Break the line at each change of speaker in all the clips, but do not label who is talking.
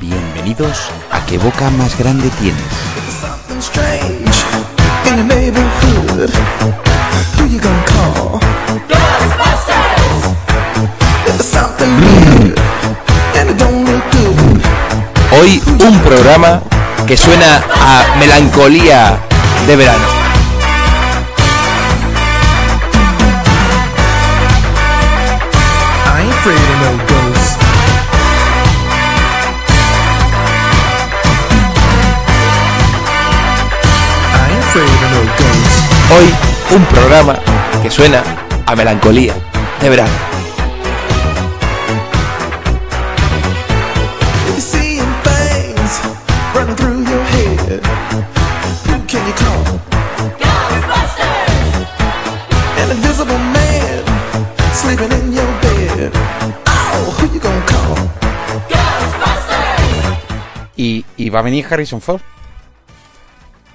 Bienvenidos a Que Boca Más Grande Tienes.
Something strange in the neighborhood. Who you gonna call? Ghostbusters! There's something weird and it don't look good.
Hoy un programa que suena a melancolía de verano.
I ain't afraid of no ghosts. I ain't afraid of no ghosts.
Hoy un programa que suena a melancolía de verano.
You're seeing things running through your head. Who can you call? Ghostbusters! An invisible man sleeping in your bed. Oh, who you gonna call?
Y, y va a venir Harrison Ford.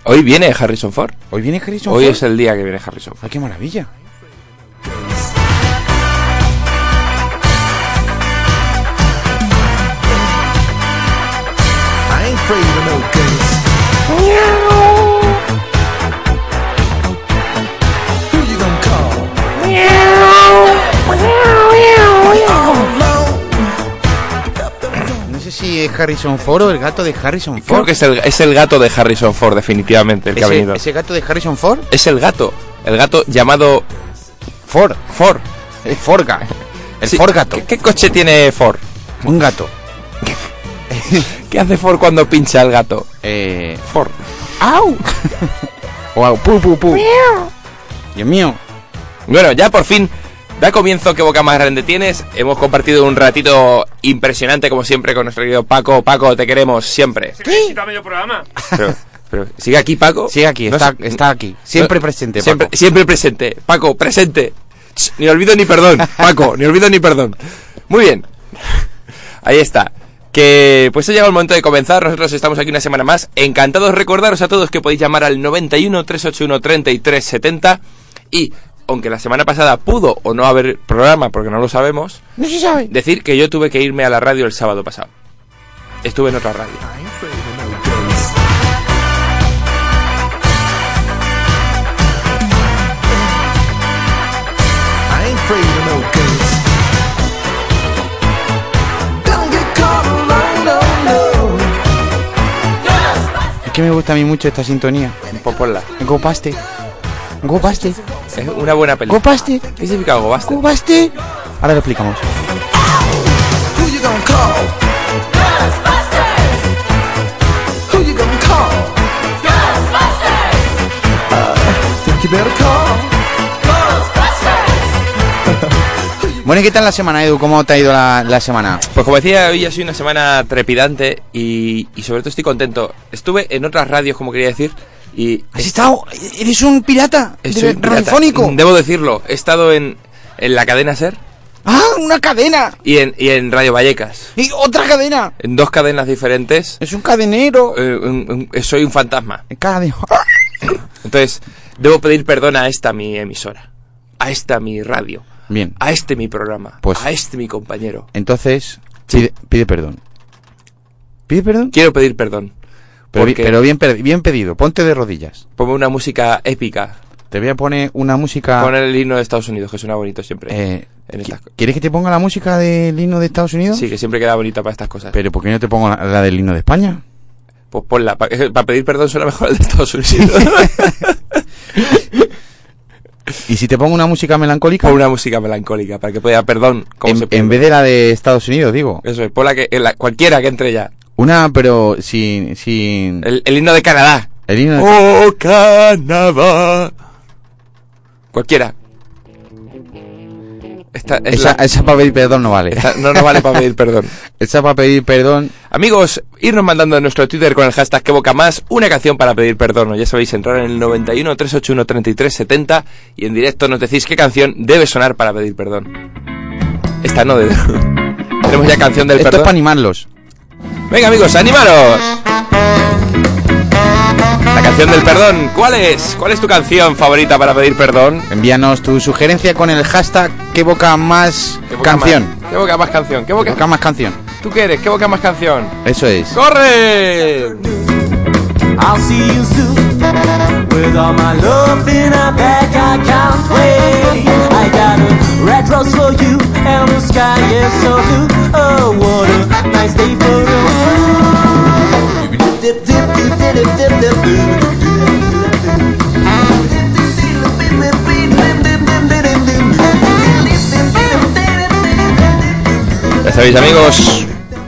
Hoy viene Harrison Ford.
Hoy viene Harrison
Hoy
Ford.
es el día que viene Harrison Ford.
Ay, qué maravilla.
I ain't afraid of no ghosts. Who you gonna call? All alone.
No sé si es Harrison Ford o el gato de Harrison Ford.
Creo que es el, es el gato de Harrison Ford, definitivamente, el que ha
ese,
venido.
ese gato de Harrison Ford.
Es el gato. El gato llamado
Ford.
Ford.
El Forga. El
Sí,
Ford gato.
¿qué, qué coche tiene Ford?
Un gato.
¿Qué hace Ford cuando pincha el gato?
Eh.
Ford.
¡Au! o au, pu, pu, pu. Dios mío.
Bueno, ya por fin da comienzo qué boca más grande tienes. Hemos compartido un ratito impresionante como siempre con nuestro querido Paco. Paco, te queremos siempre.
Necesita medio programa.
Pero, pero, sigue aquí Paco.
Sigue aquí,
No
está,
sé-
está aquí. Siempre
no-
presente,
Siempre,
Paco.
siempre presente. Paco, presente. Ch, Ni olvido ni perdón, Paco, ni olvido ni perdón. Muy bien. Ahí está. Que pues ha llegado el momento de comenzar. Nosotros estamos aquí una semana más. Encantados recordaros a todos que podéis llamar al 91 381 3370 y aunque la semana pasada pudo o no haber programa porque no lo sabemos,
No se sabe.
decir que yo tuve que irme a la radio el sábado pasado. Estuve en otra radio.
Ah,
I ain't afraid of no ghosts. I ain't afraid of no ghosts. Don't get caught alone, no, no.
Es que me gusta a mí mucho esta sintonía.
Pues ponla.
Go paste. Go paste.
Es una buena película.
Go paste.
¿Qué significa algo? Basta.
Go paste. Ahora lo explicamos.
Who you gonna call? Ghostbusters! Who you gonna call? Ghostbusters! Uh, think you better call.
Bueno, ¿y qué tal la semana, Edu? ¿Cómo te ha ido la, la semana?
Pues como decía, hoy ha sido una semana trepidante y, y sobre todo estoy contento. Estuve en otras radios, como quería decir, y...
¿Has estado? ¿Eres un pirata?
es-
¿De-
Eh, soy pirata. Mm,
radiofónico?
Debo decirlo, he estado en, en la cadena SER
¡Ah, una cadena!
y en, y en Radio Vallecas.
¡Y otra cadena!
En dos cadenas diferentes.
¡Es un cadenero! ¡Ah!
eh, un- un- soy un fantasma.
Cadena.
Entonces, debo pedir perdón a esta mi emisora, a esta mi radio,
Bien,
a este mi programa,
Pues-
a este mi compañero.
entonces pide, pide perdón. ¿Pide perdón?
Quiero pedir perdón.
Pero, bi-
porque
pero bien, pedi- bien pedido, ponte de rodillas.
ponme una música épica.
Te voy a poner una música...
Poner el himno de Estados Unidos, que suena bonito siempre.
Ah. eh,
en
¿qui-
estas co-
¿Quieres que te ponga la música del himno de Estados Unidos?
Sí, que siempre queda bonita para estas cosas.
Pero ¿por qué no te pongo la, la del himno de España?
Pues ponla. Para pedir perdón suena mejor el de Estados Unidos.
Y si te pongo una música melancólica,
Pon una música melancólica para que pueda, perdón, ¿cómo
en,
se puede?
en vez de la de Estados Unidos, digo.
Eso es, pon la que, la- cualquiera que entre ya.
Una, pero sin. sin
El, el himno de Canadá.
el himno de-
Oh, Canadá. Cualquiera. Esta es
esa,
la-
esa para pedir perdón no vale.
esta no nos vale para pedir perdón.
esa para pedir perdón.
Amigos, irnos mandando en nuestro Twitter con el hashtag que boca más una canción para pedir perdón. O Ya sabéis, entrar en el 91 381 3370 y en directo nos decís qué canción debe sonar para pedir perdón. Esta no debe. Tenemos ya canción del
Esto es para
perdón.
animarlos.
Venga, amigos, animaros. La canción del perdón. ¿Cuál es? ¿Cuál es tu canción favorita para pedir perdón?
Envíanos tu sugerencia con el hashtag que boca más
¿Qué boca
canción.
más? ¿Qué boca más canción? ¿Qué
Que
boca?
boca más canción.
¿Tú qué eres? ¿Qué boca más canción?
Eso es.
¡Corre!
I'll see you soon. With all my love in a bag, I can't wait. I got a red rose for you, and the sky is so blue. Oh, what a nice day for you.
Ya sabéis, amigos,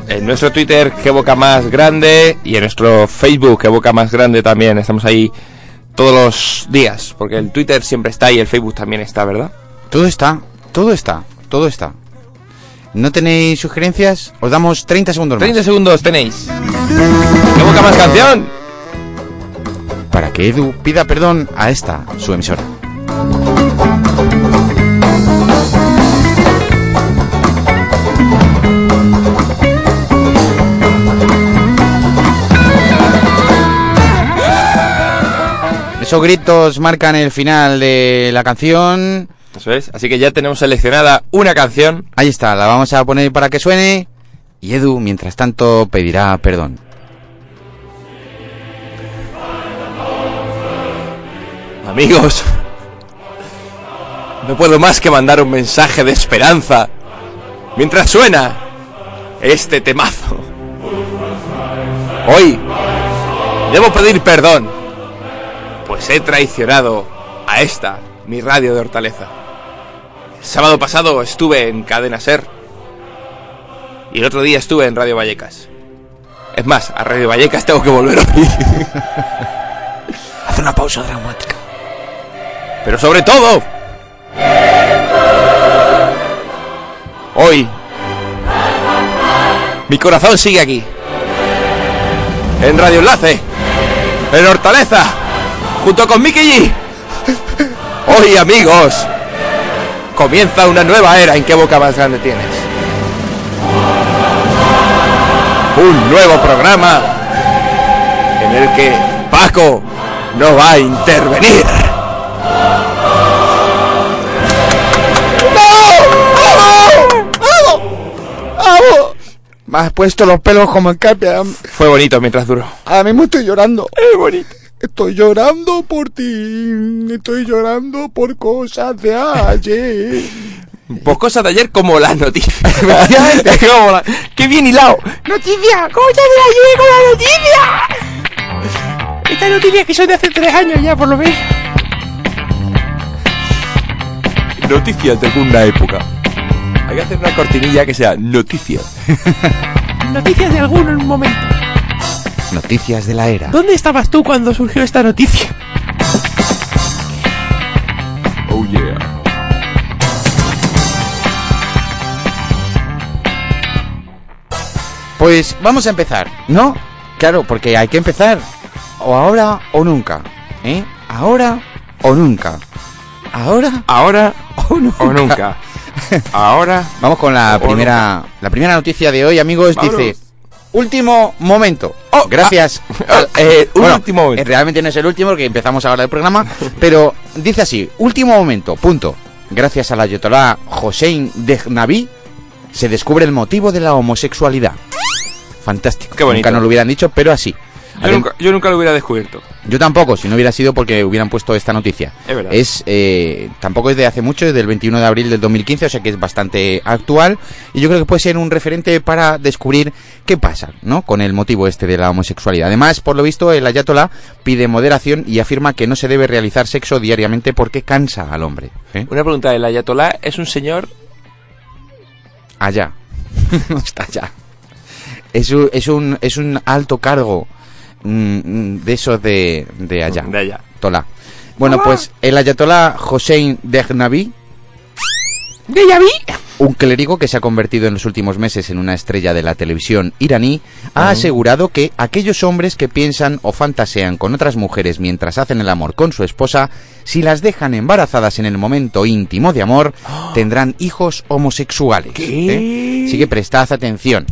en nuestro Twitter, qué boca más grande, y en nuestro Facebook, qué boca más grande también. Estamos ahí todos los días, porque el Twitter siempre está y el Facebook también está, ¿verdad?
Todo está, todo está, todo está. ¿No tenéis sugerencias? Os damos 30 segundos
30
más.
segundos tenéis. ¿Qué boca más canción?
Para que Edu pida perdón a esta, su emisora. Esos gritos marcan el final de la canción.
Eso es. Así que ya tenemos seleccionada una canción.
Ahí está, la vamos a poner para que suene. Y Edu, mientras tanto, pedirá perdón.
Amigos, no puedo más que mandar un mensaje de esperanza mientras suena este temazo. Hoy debo pedir perdón, pues he traicionado a esta, mi radio de Hortaleza. El sábado pasado estuve en Cadena Ser y el otro día estuve en Radio Vallecas. Es más, a Radio Vallecas tengo que volver hoy. Haz una pausa dramática. Pero sobre todo, hoy, mi corazón sigue aquí. En Radio Enlace, en Hortaleza, junto con Mickey G. Hoy, amigos, comienza una nueva era en qué boca más grande tienes. Un nuevo programa en el que Paco no va a intervenir.
Me has puesto los pelos como en capia.
Fue bonito mientras duró.
Ahora mismo estoy llorando.
Es bonito.
Estoy llorando por ti. Estoy llorando por cosas de ayer.
Pues cosas de ayer como las noticias. Como la- ¡Qué bien hilado!
Noticia, ¿cómo te la lleve con la noticia? Esta noticia que soy de hace tres años ya, por lo menos.
Noticias de alguna época. Hay que hacer una cortinilla que sea noticias.
Noticias de algún momento.
Noticias de la era.
¿Dónde estabas tú cuando surgió esta noticia?
Oh yeah.
Pues vamos a empezar, ¿no? Claro, porque hay que empezar. O ahora o nunca. ¿Eh? Ahora o nunca. Ahora
Ahora
o nunca.
o nunca. Ahora.
Vamos con la
O
primera la primera noticia de hoy, amigos.
Vámonos.
Dice, último momento.
Oh,
Gracias.
ah,
al- eh,
un último momento.
eh, Realmente no es el último, que empezamos ahora el programa, pero dice así, último momento, punto. Gracias al ayatolá Hossein Dehnavi, se descubre el motivo de la homosexualidad. Fantástico.
Qué bonito.
Nunca nos lo hubieran dicho, pero así.
Yo nunca, yo nunca lo hubiera descubierto.
Yo tampoco, si no hubiera sido porque hubieran puesto esta noticia.
Es verdad.
eh, tampoco es de hace mucho, es del 21 de abril del 2015, o sea que es bastante actual. Y yo creo que puede ser un referente para descubrir qué pasa, ¿no? Con el motivo este de la homosexualidad. Además, por lo visto, el ayatolá pide moderación y afirma que no se debe realizar sexo diariamente porque cansa al hombre. ¿eh?
Una pregunta, ¿el ayatolá es un señor?
allá. no está allá. Es un, es un, es un alto cargo mm, mm, de esos de, de allá.
De allá.
Ayatolá. Bueno, pues el ayatolá Hossein Dehnavi,
¿De ya vi?
un clérigo que se ha convertido en los últimos meses en una estrella de la televisión iraní, ha asegurado que aquellos hombres que piensan o fantasean con otras mujeres mientras hacen el amor con su esposa, si las dejan embarazadas en el momento íntimo de amor, tendrán hijos homosexuales. ¿eh? Así que prestad atención.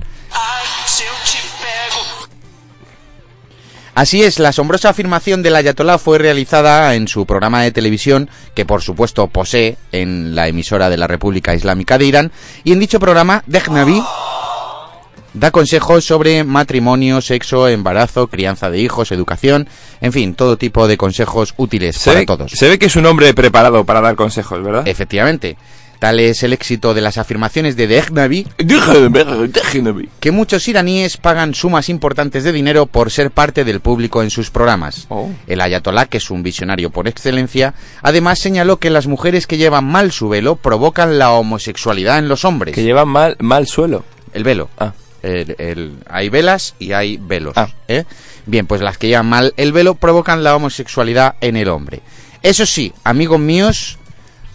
Así es, la asombrosa afirmación del Ayatolá fue realizada en su programa de televisión, que por supuesto posee en la emisora de la República Islámica de Irán, y en dicho programa, Dehnavi da consejos sobre matrimonio, sexo, embarazo, crianza de hijos, educación, en fin, todo tipo de consejos útiles
Se
para
ve,
todos.
se ve que es un hombre preparado para dar consejos, ¿verdad?
Efectivamente, tal es el éxito de las afirmaciones de Dehnavi
Déjame, déjame.
que muchos iraníes pagan sumas importantes de dinero por ser parte del público en sus programas.
Oh.
El ayatolá, que es un visionario por excelencia, además señaló que las mujeres que llevan mal su velo provocan la homosexualidad en los hombres.
Que lleva mal, mal suelo.
El velo.
Ah.
El- el- hay velas y hay velos.
Ah.
¿eh? Bien, pues las que llevan mal el velo provocan la homosexualidad en el hombre. Eso sí, amigos míos,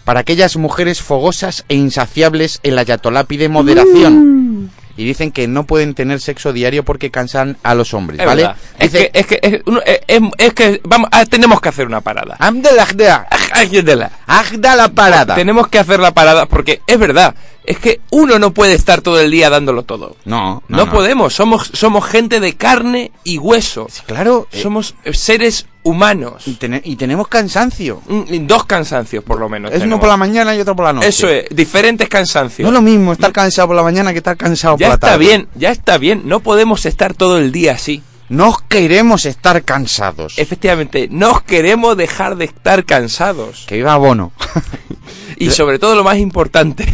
para aquellas mujeres fogosas e insaciables, el ayatolá pide moderación. Y dicen que no pueden tener sexo diario porque cansan a los hombres,
Es
¿vale?
verdad. Es
Dice-
que, es que, es, uno- eh, es- es- es que vamos, ah, tenemos que hacer una parada.
Ándala, ándala,
Ayúdela.
ándala la parada.
Tenemos que hacer la parada porque es verdad. Es que uno no puede estar todo el día dándolo todo.
No,
No, podemos. Somos, somos gente de carne y hueso.
Claro, eh,
Somos eh, seres humanos.
y, tene- y tenemos cansancio.
Mm, Dos cansancios, por lo menos.
es uno
tenemos.
por la mañana y otro por la noche.
Eso es, diferentes
No
cansancios.
es lo mismo estar cansado por la mañana que estar cansado
ya
por la
está
tarde.
bien, ya está bien. No podemos estar todo el día así.
No queremos estar cansados.
Efectivamente, no queremos dejar de estar cansados.
Que viva Bono.
Y sobre todo lo más importante,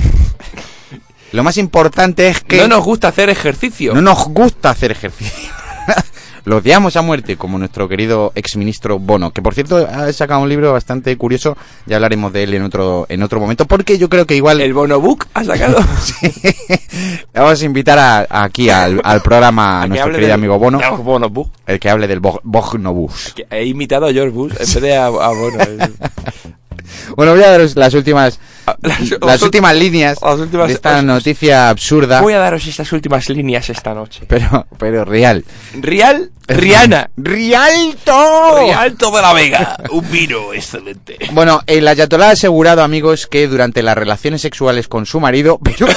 Lo más importante es que
no nos gusta hacer ejercicio.
no nos gusta hacer ejercicio. Lo odiamos a muerte, como nuestro querido exministro Bono, que por cierto ha sacado un libro bastante curioso, ya hablaremos de él en otro, en otro momento, porque yo creo que igual
El bonobook ha sacado.
vamos a invitar a- aquí al, al programa a,
que
nuestro
hable
querido
del-
amigo Bono,
No, bonobook.
el que hable del Bo- Bognobus.
Que he imitado a George Bush en vez de a, a Bono.
Bueno, voy a daros las últimas,
Las-
las últimas líneas
las últimas-
de esta noticia absurda,
Voy a daros estas últimas líneas esta noche.
pero, pero real.
Real, Rihanna.
¡Rialto!
Rialto de la Vega. Un vino excelente.
Bueno, el ayatolá ha asegurado, amigos, que durante las relaciones sexuales con su marido... Pero,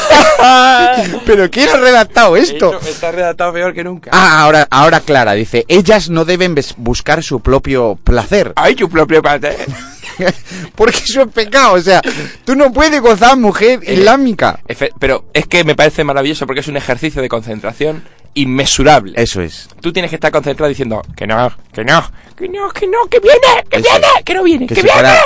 ¿pero quién ha redactado esto?
Está redactado peor que nunca.
Ah, ahora, ahora Clara dice, ellas no deben bes- buscar su propio placer,
Ay, tu propio eh. padre.
porque eso es pecado, o sea, tú no puedes gozar mujer islámica.
Efe- Pero es que me parece maravilloso porque es un ejercicio de concentración inmesurable.
Eso es.
Tú tienes que estar concentrado diciendo que no, que no, que no, que no, que viene, que
Eso.
viene, que no viene, que,
Que si
viene.
fuera,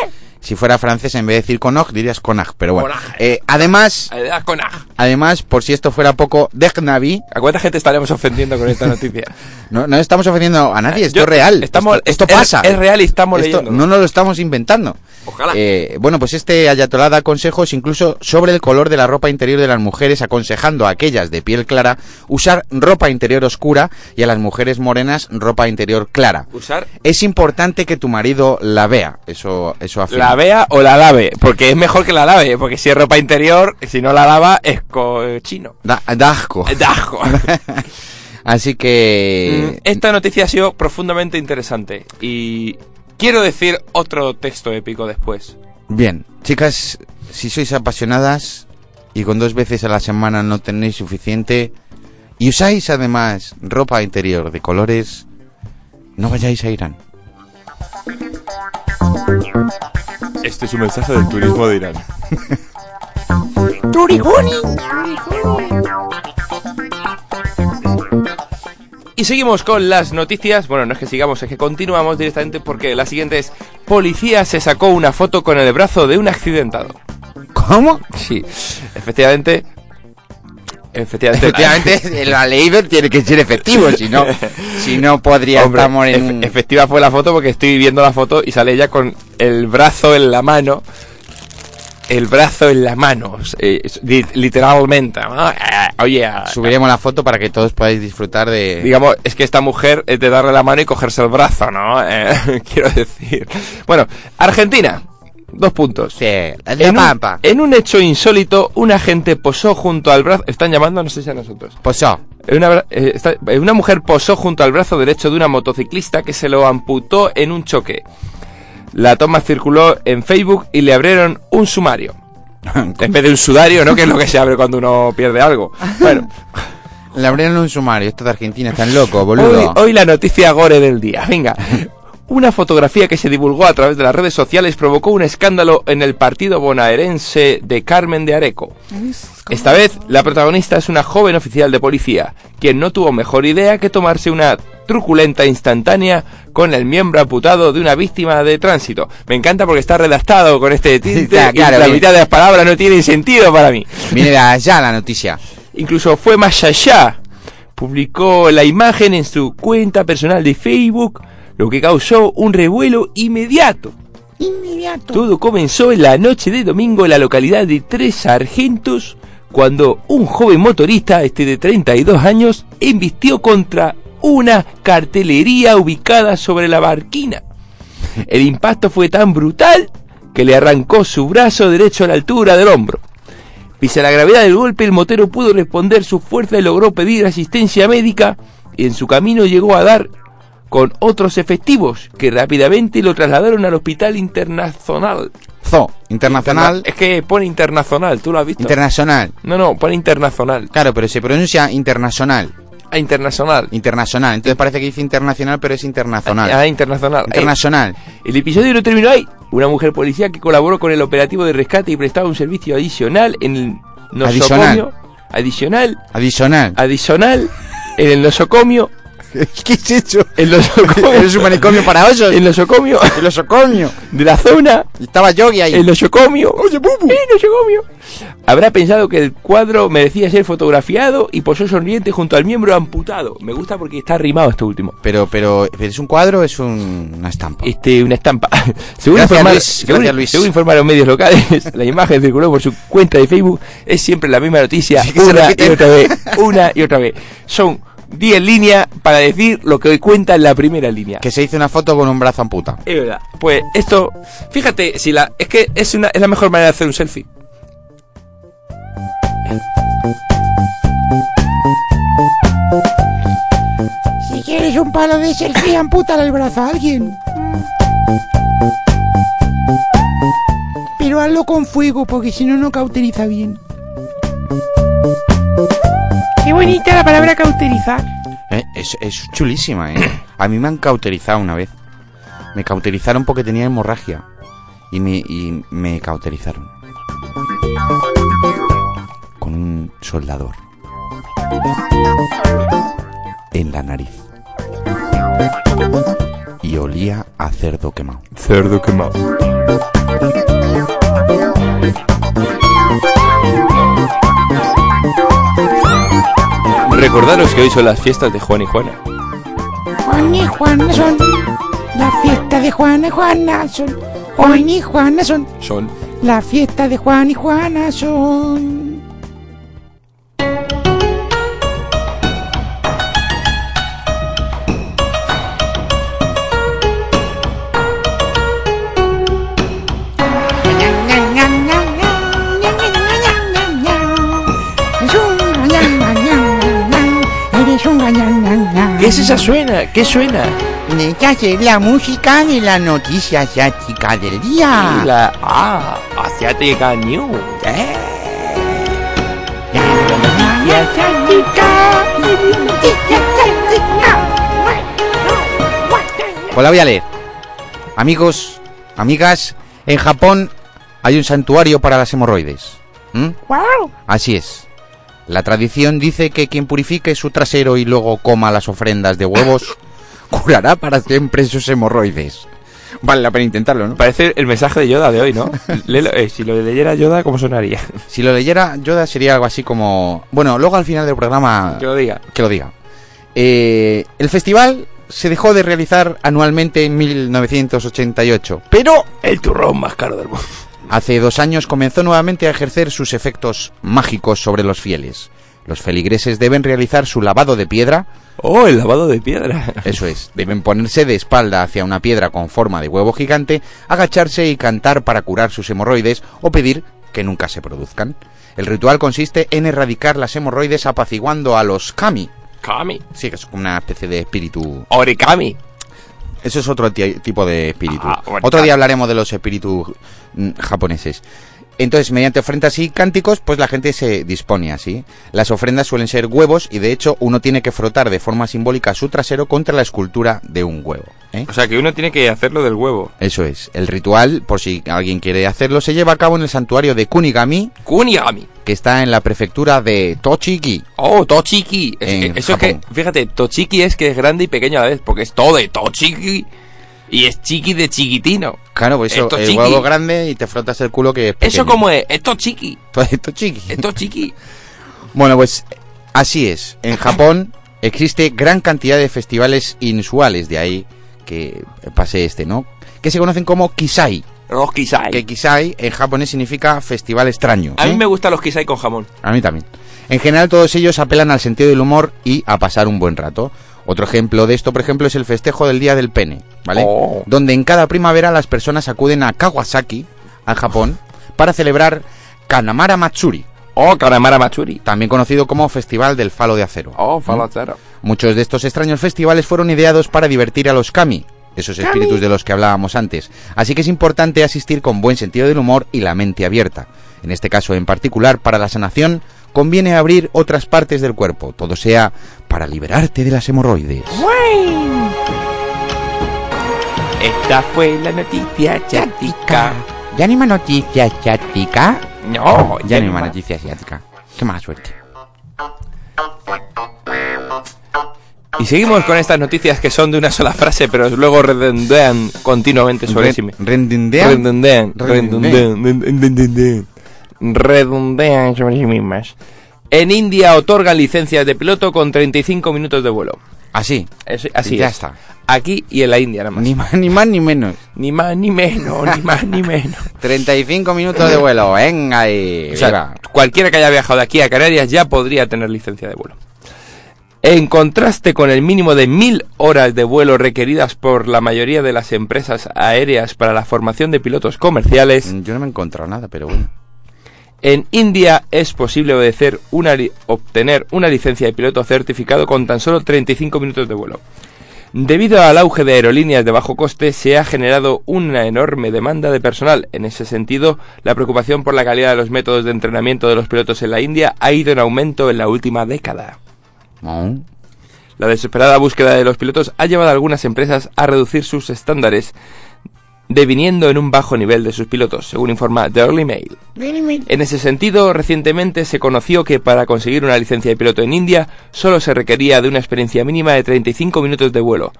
si fuera francés, en vez de decir conoj, dirías conaj, pero bueno.
Conaj.
Eh, además,
Ay, da con aj.
además, por si esto fuera poco, Degnavi,
¿A cuánta gente estaremos ofendiendo con esta noticia?
No, no estamos ofendiendo a nadie, esto
Yo-
es real.
estamos-
esto, esto
es-
pasa.
es real y estamos
Esto
leyéndolo.
No nos lo estamos inventando.
Ojalá.
Eh, bueno, pues este ayatolá da consejos incluso sobre el color de la ropa interior de las mujeres, aconsejando a aquellas de piel clara usar ropa interior oscura y a las mujeres morenas ropa interior clara.
Usar
Es importante que tu marido la vea. Eso, eso afirma.
la vea o la lave, porque es mejor que la lave, porque si es ropa interior, si no la lava es eh, cochino.
Da, da asco.
Dajo.
Así que.
Mm, Esta noticia ha sido profundamente interesante y quiero decir otro texto épico después.
Bien, chicas, si sois apasionadas y con dos veces a la semana no tenéis suficiente y usáis además ropa interior de colores, no vayáis a Irán.
Este es un mensaje del turismo de Irán.
Turigoni.
Y seguimos con las noticias. Bueno, no es que sigamos, es que continuamos directamente porque la siguiente es: Policía se sacó una foto con el brazo de un accidentado.
¿Cómo?
Sí, efectivamente. Efectivamente.
Efectivamente, la ley tiene que ser efectivo, si no, si no podría
Hombre,
estamos en
ef-
un-
efectiva fue la foto porque estoy viendo la foto y sale ella con el brazo en la mano. El brazo en la mano, eh, es- li- literalmente. ¿no? Eh, Oye, a-
Subiremos la foto para que todos podáis disfrutar de...
digamos, es que esta mujer es de darle la mano y cogerse el brazo, ¿no? Eh, quiero decir. Bueno, Argentina, dos puntos.
Sí, la
En un,
pampa.
en un hecho insólito, un agente posó junto al brazo. Están llamando, no sé si a nosotros.
Pues yo.
Una, bra- eh, está- eh, una mujer posó junto al brazo derecho de una motociclista que se lo amputó en un choque. La toma circuló en Facebook y le abrieron un sumario. En vez de un sudario, ¿no? Que es lo que se abre cuando uno pierde algo. Bueno,
Le abrieron un sumario. Estos de Argentina están locos,
hoy,
boludo.
hoy la noticia gore del día. Venga. Una fotografía que se divulgó a través de las redes sociales provocó un escándalo en el partido bonaerense de Carmen de Areco. Esta vez, la protagonista es una joven oficial de policía, quien no tuvo mejor idea que tomarse una truculenta instantánea con el miembro amputado de una víctima de tránsito. Me encanta porque está redactado con este tinte
Está
y
claro,
la
bien.
mitad de las palabras no tienen sentido para mí.
Viene de allá la noticia.
Incluso fue más allá. Publicó la imagen en su cuenta personal de Facebook, lo que causó un revuelo inmediato.
Inmediato.
Todo comenzó en la noche de domingo en la localidad de Tres Argentos, cuando un joven motorista, este de 32 años, embistió contra una cartelería ubicada sobre la barquina. El impacto fue tan brutal que le arrancó su brazo derecho a la altura del hombro. Pese a la gravedad del golpe, el motero pudo responder su fuerza y logró pedir asistencia médica y en su camino llegó a dar con otros efectivos que rápidamente lo trasladaron al hospital internacional.
Zo, internacional.
Es que pone internacional, ¿tú lo has visto?
Internacional.
no, no, pone internacional.
Claro, pero se pronuncia internacional.
Ah, internacional.
Internacional. Entonces parece que dice internacional, pero es internacional.
Ah, internacional.
Internacional.
Eh, el episodio no terminó ahí. Una mujer policía que colaboró con el operativo de rescate y prestaba un servicio adicional en el nosocomio. Adicional.
Adicional.
Adicional. En el nosocomio.
¿Qué es eso?
El nosocomio.
Es un manicomio para osos.
El nosocomio
El osocomio.
de la zona.
Estaba Yogi ahí.
El nosocomio. Oye, El nosocomio. Habrá pensado que el cuadro merecía ser fotografiado y posó sonriente junto al miembro amputado. Me gusta porque está rimado este último.
Pero, pero, pero ¿es un cuadro o es un- una estampa?
Este, una estampa. Según,
Gracias,
informar-
Luis.
según-
Gracias, Luis.
según informaron medios locales, la imagen circuló por su cuenta de Facebook. Es siempre la misma noticia.
Sí, que se
una
repite.
y otra vez. Una y otra vez. Son 10 líneas para decir lo que hoy cuenta en la primera línea.
Que se hizo una foto con un brazo amputa.
Es verdad. Pues esto, fíjate, si la, es que es, una, es la mejor manera de hacer un selfie.
Si quieres un palo de selfie, ampútale el brazo a alguien. Pero hazlo con fuego, porque si no, no cauteriza bien.
Qué bonita la palabra cauterizar.
Eh, Es, es chulísima, ¿eh? A mí me han cauterizado una vez. Me cauterizaron porque tenía hemorragia. Y me, y me cauterizaron. Con un soldador. En la nariz. Y olía a cerdo quemado.
Cerdo quemado. Recordaros que hoy son las fiestas de Juan y Juana.
Juan y Juana son. La fiesta de Juan y Juana son. Juan y Juana son.
Son.
La fiesta de Juan y Juana son.
¿Qué es esa suena? ¿Qué suena?
Esta es la música de la noticia asiática del día.
La ah, asiática new.
Pues la voy a leer. Amigos, amigas, en Japón hay un santuario para las hemorroides. ¿Mm?
¡Wow!
Así es. La tradición dice que quien purifique su trasero y luego coma las ofrendas de huevos curará para siempre sus hemorroides. Vale la pena intentarlo, ¿no?
Parece el mensaje de Yoda de hoy, ¿no? Léelo, eh, si lo leyera Yoda, ¿cómo sonaría?
Si lo leyera Yoda sería algo así como... Bueno, luego al final del programa...
Que lo diga.
que lo diga. Eh, el festival se dejó de realizar anualmente en 1988, pero
El turrón más caro del mundo.
hace dos años comenzó nuevamente a ejercer sus efectos mágicos sobre los fieles. Los feligreses deben realizar su lavado de piedra,
Oh, el lavado de piedra.
eso es, deben ponerse de espalda hacia una piedra con forma de huevo gigante, agacharse y cantar para curar sus hemorroides o pedir que nunca se produzcan. El ritual consiste en erradicar las hemorroides apaciguando a los kami.
Kami.
Sí, que es una especie de espíritu
Orikami.
Eso es otro ti- tipo de espíritu.
Ah, bueno,
otro
claro.
día hablaremos de los espíritus mm, japoneses. Entonces, mediante ofrendas y cánticos, pues la gente se dispone así. Las ofrendas suelen ser huevos y de hecho uno tiene que frotar de forma simbólica su trasero contra la escultura de un huevo. ¿eh?
O sea que uno tiene que hacerlo del huevo.
Eso es. El ritual, por si alguien quiere hacerlo, se lleva a cabo en el santuario de Kunigami,
Kunigami.
que está en la prefectura de Tochigi.
Oh, Tochiki. Es-
En
eso es que,
Japón.
fíjate, Tochiki es que es grande y pequeño a la vez, porque es todo de Tochiki. Y es chiqui de chiquitino.
Claro, pues eso,
Esto
el
chiqui.
huevo grande y te frotas el culo que es
Eh, ¿Eso
pequeño. Pues,
cómo es? Es Tochiki.
Tochigi.
Es Tochiki.
Bueno, pues así es. En Japón existe gran cantidad de festivales inusuales, de ahí que pase este, ¿no? Que se conocen como Kisai.
Los kisai.
Que Kisai en japonés significa festival extraño.
A mí
¿eh?
me gustan los kisai con jamón.
A mí también. En general todos ellos apelan al sentido del humor y a pasar un buen rato. Otro ejemplo de esto, por ejemplo, es el festejo del Día del Pene, ¿vale?
Oh.
Donde en cada primavera las personas acuden a Kawasaki, al Japón, para celebrar Kanamara Matsuri,
Oh, Kanamara Matsuri.
también conocido como Festival del Falo de Acero.
Oh, Fallout Zero.
Muchos de estos extraños festivales fueron ideados para divertir a los kami, esos espíritus de los que hablábamos antes. Así que es importante asistir con buen sentido del humor y la mente abierta. En este caso en particular, para la sanación, conviene abrir otras partes del cuerpo, todo sea para liberarte de las hemorroides.
Esta fue la noticia chatica.
¿Ya ni más noticias asiática?
No,
Ya ni
no
más
hay
noticias asiática. Qué mala suerte.
más. Y seguimos con estas noticias que son de una sola frase, pero luego redondean continuamente sobre sí mismas.
Rendindea.
Redondean.
Redondean.
Redondean. Redondean. Redondean sobre sí mismas. En India otorgan licencias de piloto con 35 minutos de vuelo.
Así.
Es- así
Ya
es.
está.
Aquí y en la India nada más.
Ah, Ni más ni, más, ni menos.
Ni más ni menos, ni más ni menos.
35 minutos de vuelo. Venga ahí.
O sea,
viva.
cualquiera que haya viajado de aquí a Canarias ya podría tener licencia de vuelo. En contraste con el mínimo de mil horas de vuelo requeridas por la mayoría de las empresas aéreas para la formación de pilotos comerciales,
Mm, Yo no me he encontrado nada, pero bueno.
en India es posible obedecer una li- obtener una licencia de piloto certificado con tan solo 35 minutos de vuelo. Debido al auge de aerolíneas de bajo coste, se ha generado una enorme demanda de personal. En ese sentido, la preocupación por la calidad de los métodos de entrenamiento de los pilotos en la India ha ido en aumento en la última década.
No.
La desesperada búsqueda de los pilotos ha llevado a algunas empresas a reducir sus estándares, deviniendo en un bajo nivel de sus pilotos, según informa The Early Mail. En ese sentido, recientemente se conoció que para conseguir una licencia de piloto en India solo se requería de una experiencia mínima de 35 minutos de vuelo.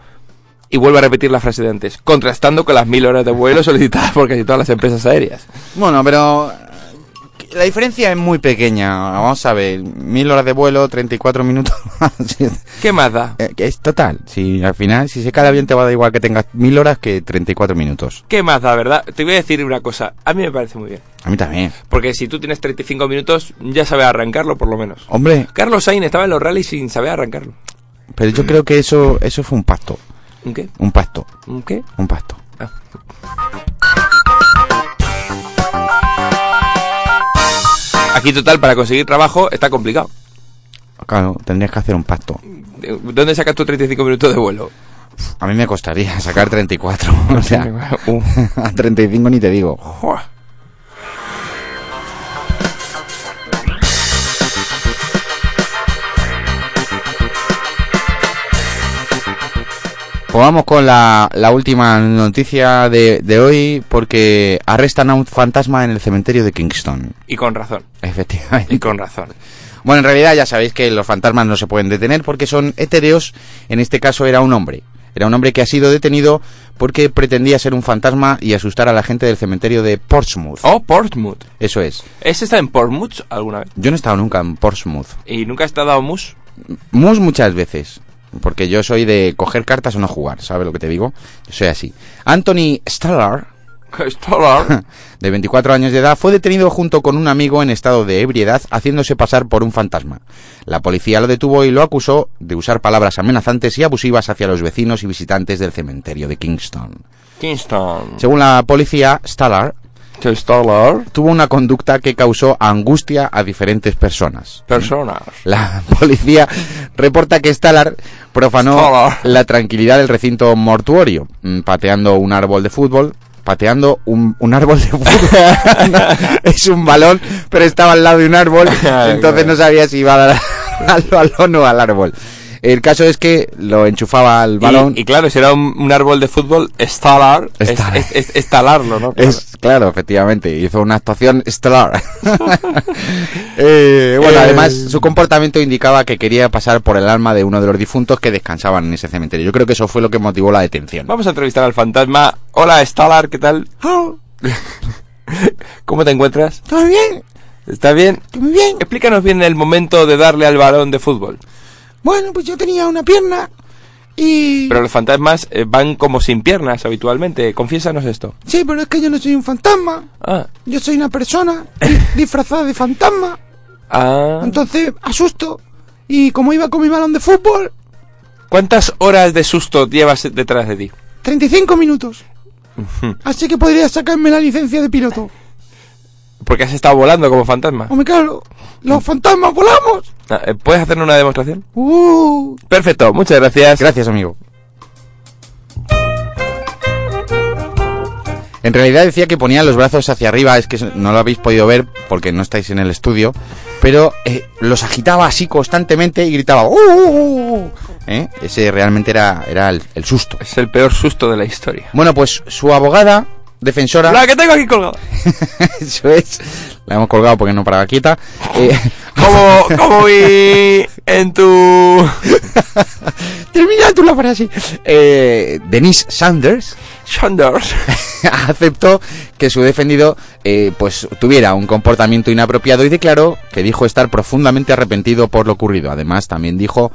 Y vuelvo a repetir la frase de antes, contrastando con las mil horas de vuelo solicitadas por casi todas las empresas aéreas.
Bueno, pero eh, la diferencia es muy pequeña. Vamos a ver, mil horas de vuelo, 34 minutos. Sí,
¿Qué más da?
eh, que es total. Si al final, si se cala bien, te va a dar igual que tengas mil horas que 34 minutos.
¿Qué más da, verdad? Te voy a decir una cosa, a mí me parece muy bien.
A mí también.
Porque si tú tienes 35 minutos, ya sabes arrancarlo por lo menos.
Hombre,
Carlos Sainz estaba en los rallies sin saber arrancarlo.
pero yo creo que eso eso fue un pacto.
¿Un qué?
Un pacto.
¿Un qué?
Un pacto.
Ah. Aquí total, para conseguir trabajo está complicado.
Claro, tendrías que hacer un pacto.
Eh, ¿Dónde sacas tus 35 minutos de vuelo?
A mí me costaría sacar 34. O sea,
Uh,
a 35 ni te digo.
joa.
Pues vamos con la, la última noticia de, de hoy, porque arrestan a un fantasma en el cementerio de Kingston.
y con razón,
Efectivamente.
y con razón.
Bueno, en realidad ya sabéis que los fantasmas no se pueden detener porque son etéreos. En este caso era un hombre. Era un hombre que ha sido detenido porque pretendía ser un fantasma y asustar a la gente del cementerio de Portsmouth.
Oh, Portsmouth.
Eso es.
¿Ese está en Portsmouth alguna vez?
Yo no he estado nunca en Portsmouth.
¿Y nunca has estado a Mus?
Mus muchas veces. Porque yo soy de coger cartas o no jugar, ¿sabes lo que te digo? Yo soy así. Anthony Stellar,
Estolar.
de 24 años de edad, fue detenido junto con un amigo en estado de ebriedad haciéndose pasar por un fantasma. La policía lo detuvo y lo acusó de usar palabras amenazantes y abusivas hacia los vecinos y visitantes del cementerio de Kingston.
Kingston.
Según la policía, Stellar
Estolar.
tuvo una conducta que causó angustia a diferentes personas.
Personas.
La policía reporta que Stalar profanó
Stalar.
la tranquilidad del recinto mortuorio, mm, pateando un árbol de fútbol. Pateando un, un árbol de fútbol. No, es un balón, pero estaba al lado de un árbol.
Ay,
entonces
bueno.
no sabía si iba a dar al balón o al árbol. El caso es que lo enchufaba al balón.
Y, y claro, si era un, un árbol de fútbol, estalar. es-
Estalar.
es- es- estalarlo, ¿no? Claro.
Es claro, efectivamente, hizo una actuación estelar. Eh, bueno,
Eh.
además su comportamiento indicaba que quería pasar por el alma de uno de los difuntos que descansaban en ese cementerio. Yo creo que eso fue lo que motivó la detención.
Vamos a entrevistar al fantasma. Hola, Estalar, ¿qué tal? ¿Cómo te encuentras?
Oh, ¿Todo bien?
¿Está bien?
Muy bien.
Explícanos bien el momento de darle al balón de fútbol.
Bueno, pues yo tenía una pierna y...
Pero los fantasmas eh, van como sin piernas habitualmente. Confiésanos esto.
Sí, pero es que yo no soy un fantasma.
Ah,
Yo soy una persona di- disfrazada de fantasma.
ah.
Entonces, asusto. Y como iba con mi balón de fútbol,
¿Cuántas horas de susto llevas detrás de ti?
35 minutos. Así que podría sacarme la licencia de piloto.
Porque has estado volando como fantasma.
Oh,
Hombre, claro, los fantasmas volamos.
Ah, eh, ¿Puedes hacernos una demostración?
Uh,
Perfecto, muchas gracias.
Gracias, amigo. En realidad decía que ponía los brazos hacia arriba, es que no lo habéis podido ver porque no estáis en el estudio, pero eh, los agitaba así constantemente y gritaba "¡Uh, uh, uh!". ¿Eh? Ese realmente era, era el- el susto.
Es el peor susto de la historia.
Bueno, pues su abogada, defensora,
La que tengo aquí colgada.
eso es, la hemos colgado porque no paraba quieta, eh,
Como, como vi en tu...
termina tú la frase.
eh, Denise Sanders,
Sanders.
aceptó que su defendido eh, pues tuviera un comportamiento inapropiado y declaró que dijo estar profundamente arrepentido por lo ocurrido. Además, también dijo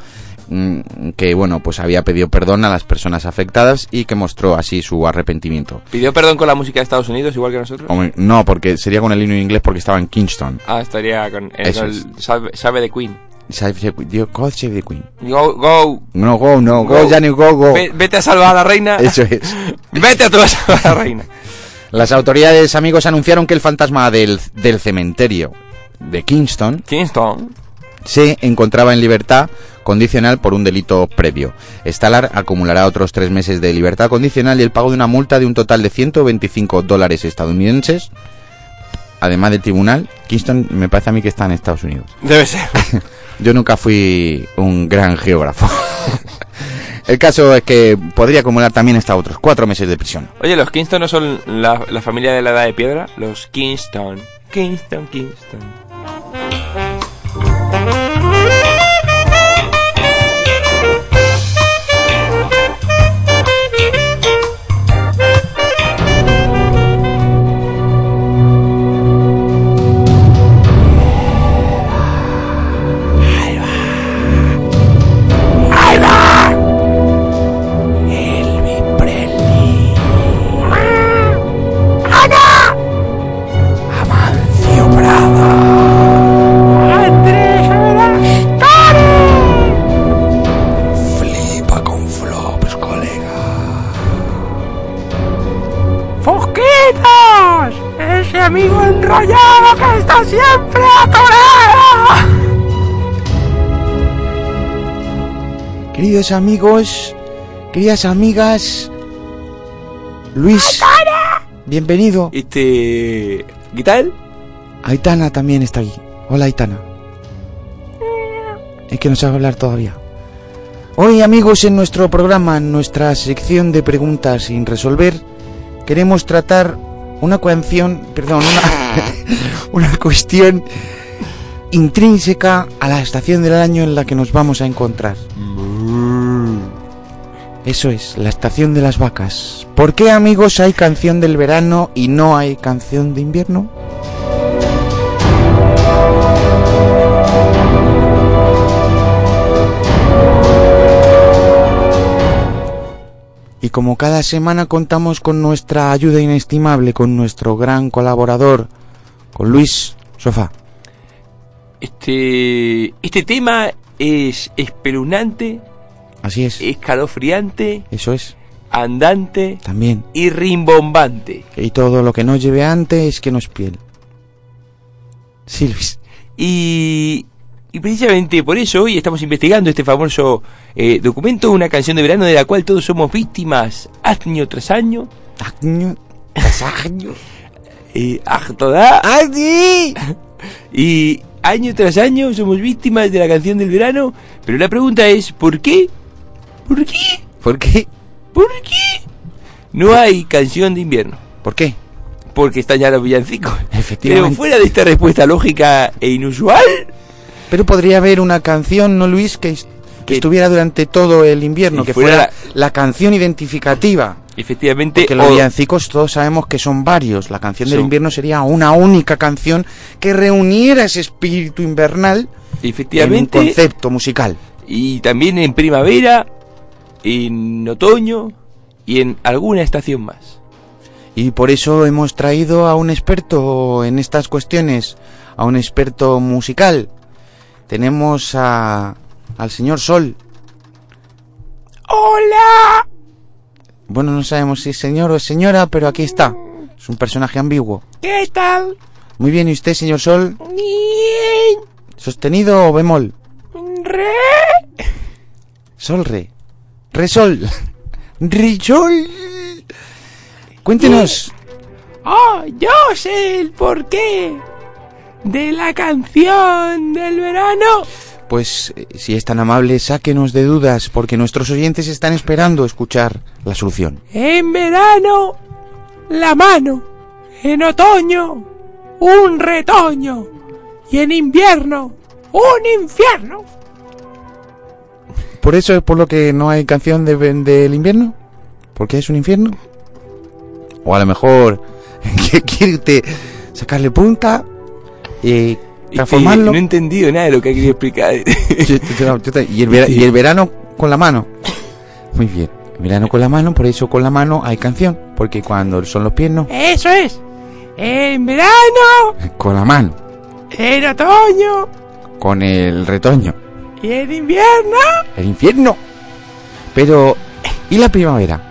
mm, que bueno, pues había pedido perdón a las personas afectadas y que mostró así su arrepentimiento.
Pidió perdón con la música de Estados Unidos, igual que nosotros.
Hombre, No, porque sería con el himno inglés porque estaba en Kingston.
Ah, estaría con, eh,
Eso
con el sabe, sabe de Queen.
Save the Queen, Dios, God save the Queen.
Go, go.
No, go, no, go,
Go.
Johnny, go, go.
Ve- vete a salvar a la reina.
Eso es.
Vete a tu a salvar a la reina.
Las autoridades, amigos, anunciaron que el fantasma del, del cementerio de Kingston
Kingston.
se encontraba en libertad condicional por un delito previo. Stalar acumulará otros tres meses de libertad condicional y el pago de una multa de un total de 125 dólares estadounidenses. Además del tribunal, Kingston me parece a mí que está en Estados Unidos.
Debe ser.
Yo nunca fui un gran geógrafo. El caso es que podría acumular también hasta otros cuatro meses de prisión.
Oye, los Kingston no son la, la familia de la edad de piedra. Los Kingston. Kingston, Kingston.
Andrés Avelar.
Flipa con flops, colega.
¡Fosquitos! Ese amigo enrollado que está siempre atorado.
Queridos amigos, queridas amigas, Luis, bienvenido.
Este... ¿Qué tal?
Aitana también está aquí. Hola, Aitana. Es que no sabe hablar todavía. Hoy, amigos, en nuestro programa, en nuestra sección de preguntas sin resolver, queremos tratar una canción, perdón, una, una cuestión intrínseca a la estación del año en la que nos vamos a encontrar. Eso es, la estación de las vacas. ¿Por qué, amigos, hay canción del verano y no hay canción de invierno? Y como cada semana contamos con nuestra ayuda inestimable, con nuestro gran colaborador, con Luis Sofá.
Este, este tema es espeluznante,
Así es,
escalofriante,
eso es,
andante
también.
y rimbombante.
Y todo lo que no lleve antes que no es piel. Sí, Luis.
Y, y precisamente por eso hoy estamos investigando este famoso eh, documento, una canción de verano de la cual todos somos víctimas año tras año.
Año tras año.
Y, ah, y año tras año somos víctimas de la canción del verano. Pero la pregunta es, ¿por qué? ¿Por qué?
¿Por qué?
¿Por qué? No hay canción de invierno.
¿Por qué?
Porque están ya los villancicos.
Efectivamente.
Pero fuera de esta respuesta lógica e inusual,
Pero podría haber una canción, ¿no, Luis? Que, est- que
Que-
estuviera durante todo el invierno,
Y
que fuera,
fuera
la canción identificativa.
efectivamente,
Porque los
o-
villancicos todos sabemos que son varios. La canción del
Son-
invierno sería una única canción que reuniera ese espíritu invernal en un
efectivamente,
concepto musical.
y también en primavera, en otoño y en alguna estación más.
Y por eso hemos traído a un experto en estas cuestiones, a un experto musical. Tenemos a, al señor Sol.
¡Hola!
Bueno, no sabemos si es señor o es señora, pero aquí está. Es un personaje ambiguo.
¿Qué tal?
Muy bien, ¿y usted, señor Sol?
Bien.
¿Sostenido o bemol?
Re.
Sol, re. Re, sol. Re, sol. Cuéntenos.
Oh, yo sé el porqué de la canción del verano.
Pues, eh, si es tan amable, sáquenos de dudas, porque nuestros oyentes están esperando escuchar la solución.
En verano, la mano. En otoño, un retoño. Y en invierno, un infierno.
Por eso es por lo que no hay canción de- del invierno. Porque es un infierno. O a lo mejor que quiere usted sacarle punta y transformarlo.
Este, no he entendido nada de lo que ha querido explicar. Eh.
Yo- yo- yo te- y, el vera- y el verano con la mano. Muy bien. El verano con la mano, por eso con la mano hay canción. Porque cuando son los pies no.
Eso es. En verano,
Con la mano.
en otoño
Con el retoño.
y en invierno.
El infierno. Pero. ¿Y la primavera?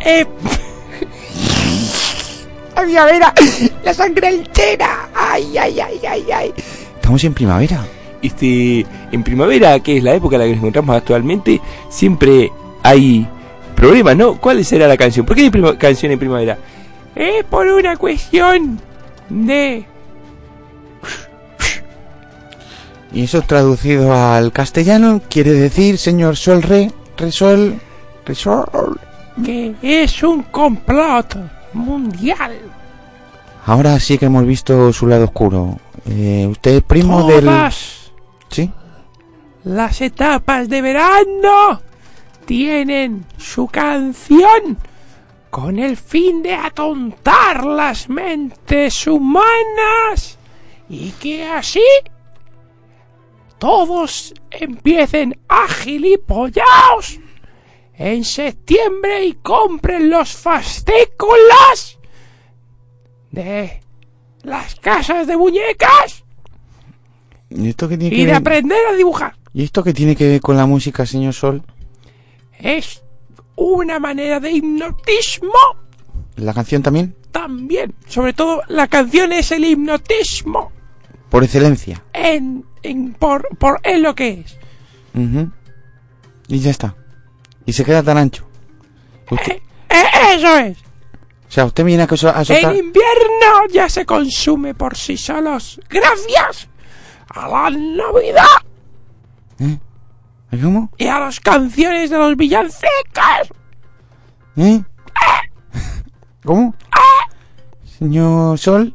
Eh... ¡Ay, a ver, la sangre entera! ¡Ay, ay, ay, ay, ay!
Estamos en primavera.
Este, en primavera, que es la época en la que nos encontramos actualmente, siempre hay problemas, ¿no? ¿Cuál será la canción? ¿Por qué hay prima- canción en primavera?
Es por una cuestión de...
Y eso traducido al castellano quiere decir, señor Sol Re, Re Sol, Re Sol.
que es un complot mundial.
Ahora sí que hemos visto su lado oscuro. Eh, usted es primo del...
Todas
Sí,
las etapas de verano tienen su canción con el fin de atontar las mentes humanas y que así todos empiecen a gilipollaos en septiembre y compren los fascículos de las casas de muñecas
¿y esto qué tiene
y
que
de
ver?
aprender a dibujar.
¿Y esto qué tiene que ver con la música, señor Sol?
Es una manera de hipnotismo
¿La canción también?
también. Sobre todo la canción es el hipnotismo
Por excelencia.
en, en- por, por en lo que es.
Ujú. Y ya está. Y se queda tan ancho. Usted-
E- Eso es.
o sea, usted viene a, que so- a soltar...
En invierno ya se consume por sí solos. Gracias a la Navidad
¿Cómo?
y a las canciones de los villancicos.
¿Eh? ¿Cómo? Señor Sol.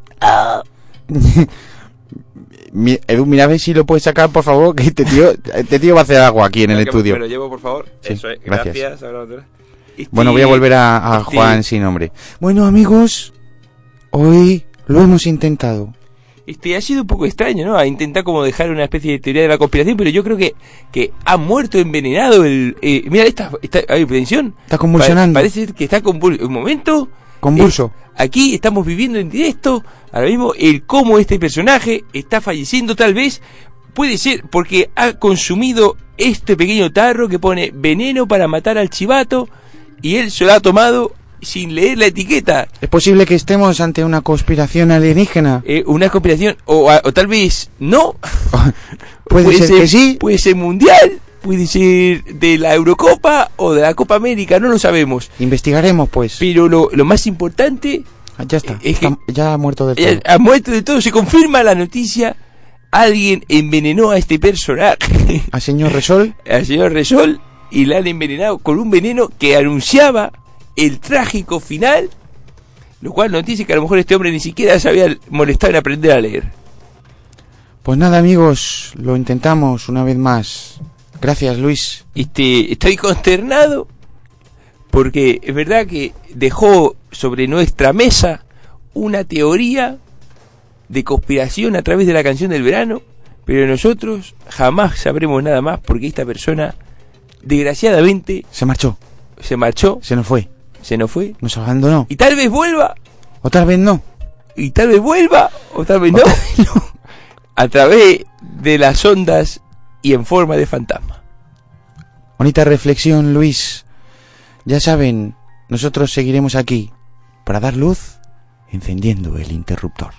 mi- Edu, mira a ver si lo puedes sacar, por favor, que este tío, este tío va a hacer agua aquí en el
Mira que
estudio.
Me lo llevo, por favor.
Sí,
Eso es.
gracias.
Gracias. ahora otra. Y
Bueno, voy a
ti-
volver a, a
y ti-
Juan sin nombre. Bueno, amigos, hoy lo hemos intentado.
Este, ha sido un poco extraño, ¿no? Ha intentado como dejar una especie de teoría de la conspiración, pero yo creo que, que ha muerto envenenado el... eh, mira, esta, esta hay tensión.
Está convulsionando.
Pa- parece que está convulso. Un momento.
Convulso.
Eh, aquí estamos viviendo en directo, ahora mismo, el cómo este personaje está falleciendo tal vez. Puede ser porque ha consumido este pequeño tarro que pone veneno para matar al chivato y él se lo ha tomado sin leer la etiqueta.
Es posible que estemos ante una conspiración alienígena.
Eh, una conspiración, o, a- o tal vez no.
Puede, ser, que sí.
Puede ser mundial, puede ser de la Eurocopa o de la Copa América, no lo sabemos.
Investigaremos, pues.
Pero lo, lo más importante,
Ah, Ya está.
Es que-
Está- Ya ha muerto del
eh,
todo.
a muerte de todo, se confirma la noticia. Alguien envenenó a este personaje,
Al señor Resol.
al señor Resol, y la han envenenado con un veneno que anunciaba el trágico final, lo cual nos dice que a lo mejor este hombre ni siquiera se había molestado en aprender a leer.
Pues nada, amigos, lo intentamos una vez más. Gracias, Luis.
Este, estoy consternado porque es verdad que dejó sobre nuestra mesa una teoría de conspiración a través de la canción del verano, pero nosotros jamás sabremos nada más porque esta persona desgraciadamente
Se marchó,
se marchó,
se nos fue,
se nos fue
nos abandonó.
y tal vez vuelva,
O tal vez no.
y tal vez vuelva, o tal vez no, a través de las ondas y en forma de fantasma.
Bonita reflexión, Luis. Ya saben, nosotros seguiremos aquí para dar luz encendiendo el interruptor.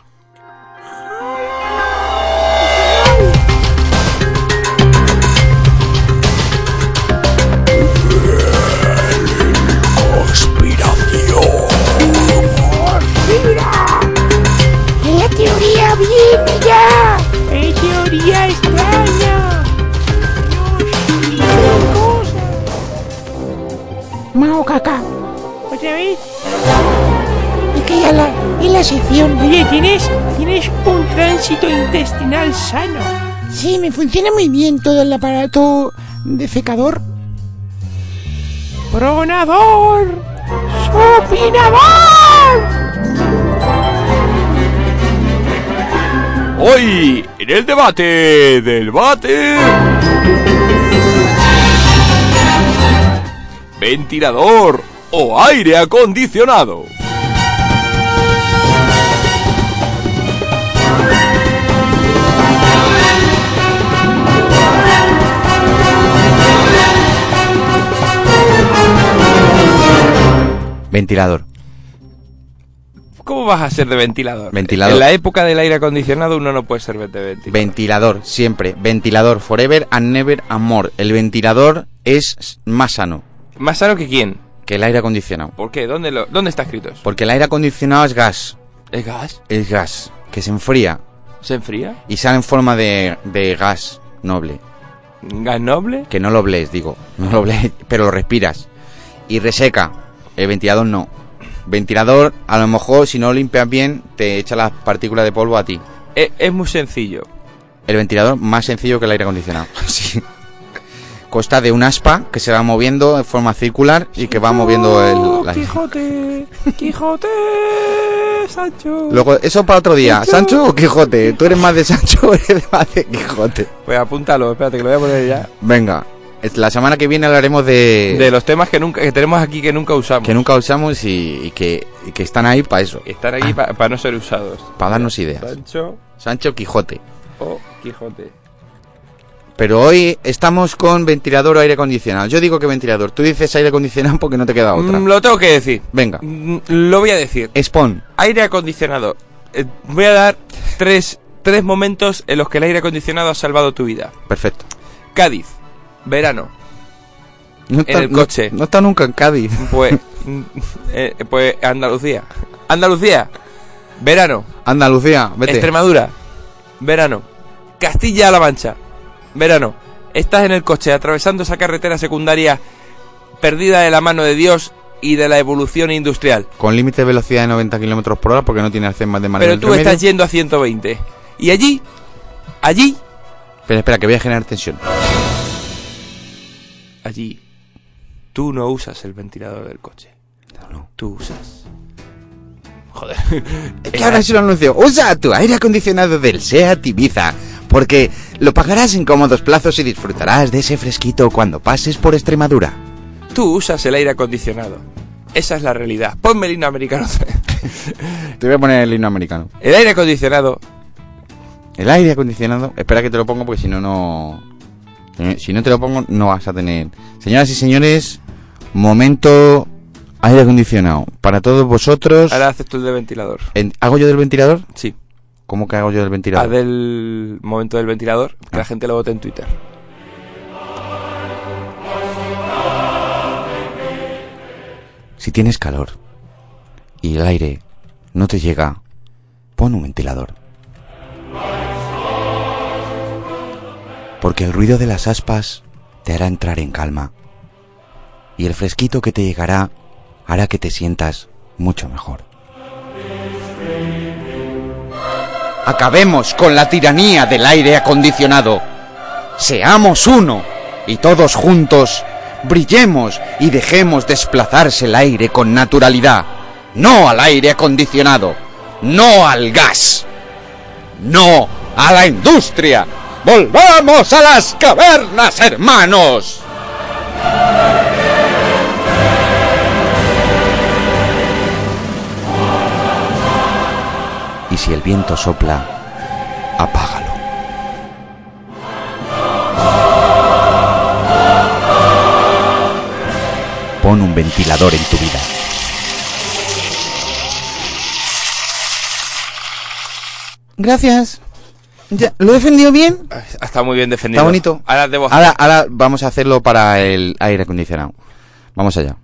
La teoría viene ya.
¡Qué teoría extraña! Dios, qué cosa.
Mao Kaká.
¿Otra vez?
Y que ya la, y la sección.
Oye, tienes, tienes un tránsito intestinal sano.
Sí, me funciona muy bien todo el aparato defecador.
¡Pronador!
¡Opinador!
Hoy, en el debate del bate. Ventilador o aire acondicionado.
Ventilador.
¿Cómo vas a ser de ventilador?
Ventilador.
En la época del aire acondicionado uno no puede ser de ventilador.
Ventilador, siempre. Ventilador, forever and never and more. El ventilador es más sano
¿Más sano que quién?
que el aire acondicionado.
¿Por qué? ¿Dónde, lo, dónde está escrito eso?
Porque el aire acondicionado es gas.
¿Es gas?
Es gas que se enfría
¿Se enfría?
y sale en forma de, de gas noble.
¿Gas noble?
Que no lo blees, digo. No lo blees, pero lo respiras. Y reseca. El ventilador no. Ventilador, a lo mejor si no lo limpias bien, te echa las partículas de polvo a ti.
Es, Eh, es muy sencillo.
El ventilador más sencillo que el aire acondicionado. Sí. Consta de un aspa que se va moviendo en forma circular y que va moviendo el... la-
Quijote, Quijote, Sancho.
Luego, eso para otro día. ¿Sancho o Quijote? Tú eres más de Sancho o eres más de Quijote.
Pues apúntalo, espérate que lo voy a poner ya.
Venga, es- la semana que viene hablaremos de...
De los temas que nunca que tenemos aquí Eh. que nunca usamos.
que nunca usamos y, y que, y que están ahí para eso.
Están aquí para no Ah. ser usados.
Para darnos ideas.
Sancho
Sancho Quijote.
o Oh, Quijote.
Pero hoy estamos con ventilador o aire acondicionado. Yo digo que ventilador. Tú dices aire acondicionado porque no te queda Ah, otra.
Mm, lo tengo que decir.
Venga.
Mm, lo voy a decir.
Spawn.
Aire acondicionado. Eh, voy a dar tres, tres momentos en los que el aire acondicionado ha salvado tu vida.
Perfecto.
Cádiz, verano.
No
el
no-
coche.
No, está nunca en Cádiz.
Pues, mm, eh, pues Andalucía. Andalucía, verano.
Andalucía, vete.
Extremadura, verano. Castilla-La Mancha, verano. Estás en el coche atravesando esa carretera secundaria perdida de la mano de Dios y de la evolución industrial.
Con límite de velocidad de 90 kilómetros por hora porque no tiene hacer más de manera
Pero tú estás yendo a 120. Y allí Allí,
Espera, espera, que voy a generar tensión.
allí, tú no usas el ventilador del coche. Tú usas. Joder.
Es que ahora se lo anuncio. Usa tu aire acondicionado del SEAT Ibiza, porque lo pagarás en cómodos plazos y disfrutarás de ese fresquito cuando pases por Extremadura.
Tú usas el aire acondicionado. Esa es la realidad. Ponme el himno americano. otra vez.
Te voy a poner el himno americano.
El aire acondicionado.
El aire acondicionado. Espera que te lo pongo porque si no, no. eh, Si no te lo pongo, no vas a tener. Señoras y señores, momento aire acondicionado. Para todos vosotros.
Ahora haces tú el de ventilador.
En- ¿Hago yo del ventilador?
Sí.
¿Cómo que hago yo del
Haz
ventilador?
del momento del ventilador. Que la gente lo vote en Twitter.
Si tienes calor y el aire no te llega, pon un ventilador. Porque el ruido de las aspas te hará entrar en calma. Y el fresquito que te llegará hará que te sientas mucho mejor. Acabemos con la tiranía del aire acondicionado. Seamos uno y todos juntos brillemos y dejemos desplazarse el aire con naturalidad. No al aire acondicionado, no al gas, no a la industria. Volvamos a las cavernas, hermanos. Y si el viento sopla, apágalo. Pon un ventilador en tu vida. Gracias. Ya, ¿Lo he defendido bien?
Ah, Está muy bien defendido.
Ah, Está bonito.
Ahora debo.
Ahora, ahora vamos a hacerlo para el aire acondicionado. Vamos allá.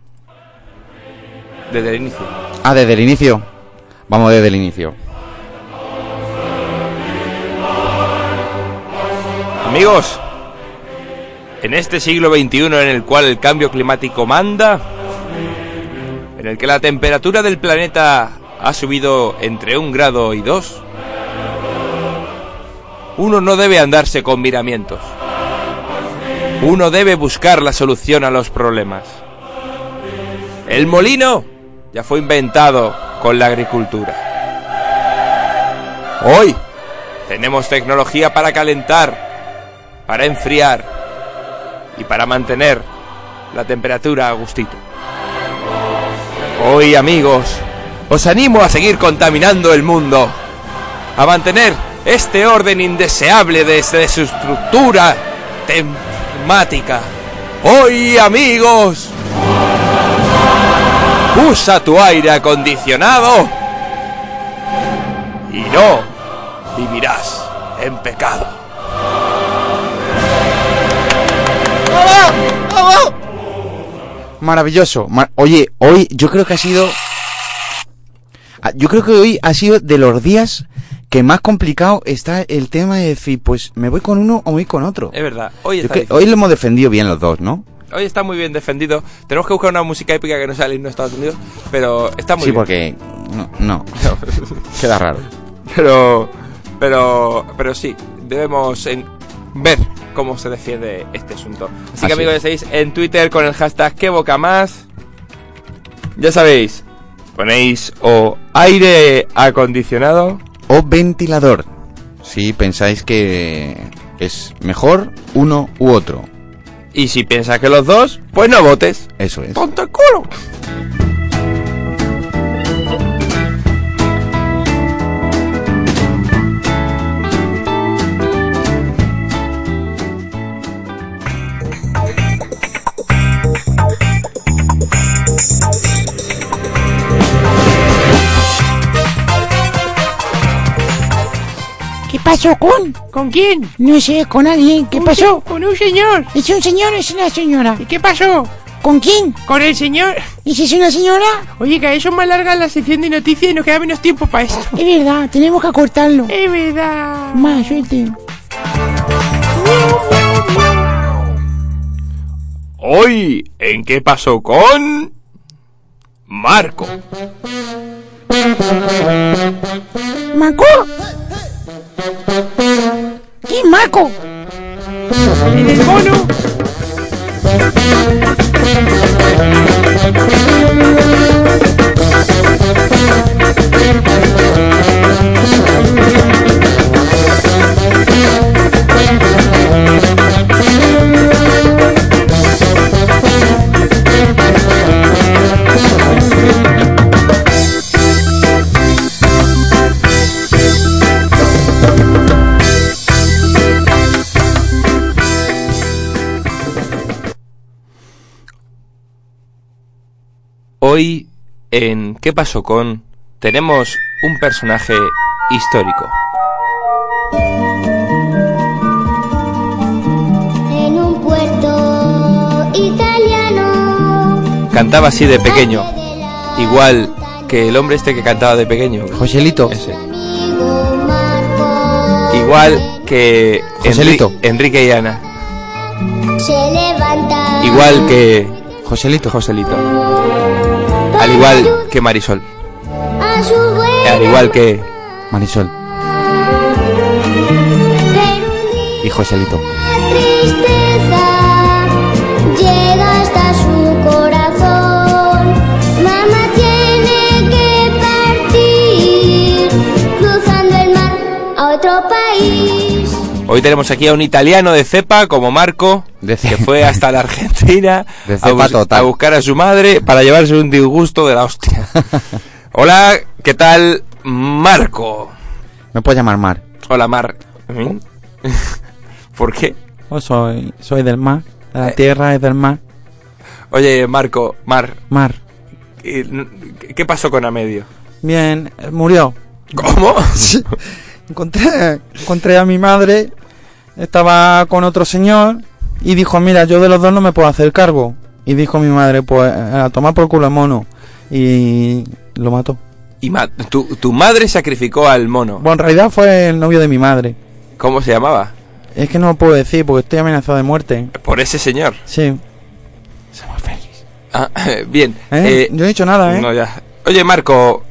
Desde el inicio.
Ah, desde el inicio. Vamos desde el inicio.
Amigos, en este siglo XXI en el cual el cambio climático manda, en el que la temperatura del planeta ha subido entre un grado y dos, uno no debe andarse con miramientos. Uno debe buscar la solución a los problemas. El molino ya fue inventado con la agricultura. Hoy tenemos tecnología para calentar, para enfriar y para mantener la temperatura a gustito. Hoy, amigos, os animo a seguir contaminando el mundo, a mantener este orden indeseable desde su estructura temática. Hoy, amigos, usa tu aire acondicionado y no vivirás en pecado.
Maravilloso. Mar- Oye, hoy yo creo que ha sido. Ah, Yo creo que hoy ha sido de los días que más complicado está el tema de decir, pues me voy con uno o me voy con otro.
Es verdad, hoy
Yo
está,
que-
difícil.
hoy lo hemos defendido bien los dos, ¿no?
Hoy está muy bien defendido. Tenemos que buscar una música épica que no sea el himno de Estados Unidos, pero está muy
sí,
bien.
porque. No, no. Queda raro.
Pero, pero, pero sí, debemos en- ver cómo se defiende este asunto. Así
Así
que amigos, ya
es.
sabéis, en Twitter con el hashtag que boca más. Ya sabéis, ponéis o aire acondicionado
O ventilador. Si pensáis que es mejor uno u otro.
y si piensas que los dos, pues no votes.
Eso es.
¡Tonto el culo!
¿Qué pasó con?
¿Con quién?
No sé, con alguien. ¿Qué
Un
pasó?
se- Con un señor.
¿Es un señor o es una señora?
¿Y qué pasó?
¿Con quién?
Con el señor.
¿Y si es una señora?
Oye, que eso es más larga la sección de noticias y nos queda menos tiempo para esto.
Es verdad, tenemos que acortarlo.
Es verdad.
Más suerte.
Hoy, ¿en qué pasó con Marco?
¿Maco? ¿Qué un maco.
En el bono.
Hoy, en ¿Qué pasó con? tenemos un personaje histórico.
en un puerto italiano.
Cantaba así de pequeño,
parte de la
igual
montaña,
que el hombre este que cantaba de pequeño.
Joselito.
Ese.
amigo Marco
Igual que
Joselito.
Enri- Enrique y Ana.
se levanta.
Igual que
Joselito.
Joselito.
para
Al igual
ayudar
que Marisol.
a su buena
Al igual que
Marisol.
pero un día
Y Joselito.
la tristeza llega hasta su corazón. Mamá tiene que partir cruzando el mar a otro país.
Hoy tenemos aquí a un italiano de cepa como Marco,
De
que
cepa.
fue hasta la Argentina
De
a,
cepa total.
a buscar a su madre para llevarse un disgusto de la hostia. Hola, ¿qué tal, Marco?
Me puedes llamar Mar.
Hola, Mar. ¿Mm? ¿Por qué?
Yo Oh, soy, soy del mar. De
Eh.
la tierra es del mar.
Oye, Marco, Mar,
Mar.
¿y n- ¿qué pasó con Amedio?
Bien, eh, murió.
¿Cómo?
Encontré, encontré a mi madre, estaba con otro señor y dijo, mira, yo de los dos no me puedo hacer cargo. Y dijo mi madre, pues a tomar por culo el mono. Y lo mató.
Y ma- tu, tu madre sacrificó al mono.
Bueno, en realidad fue el novio de mi madre.
¿Cómo se llamaba?
Es que no lo puedo decir porque estoy amenazado de muerte.
Por ese señor.
¿eh?
Sí. Somos felices.
Ah, bien. eh,
¿Eh? Yo no he dicho nada, ¿eh?
No, ya. Oye, Marco,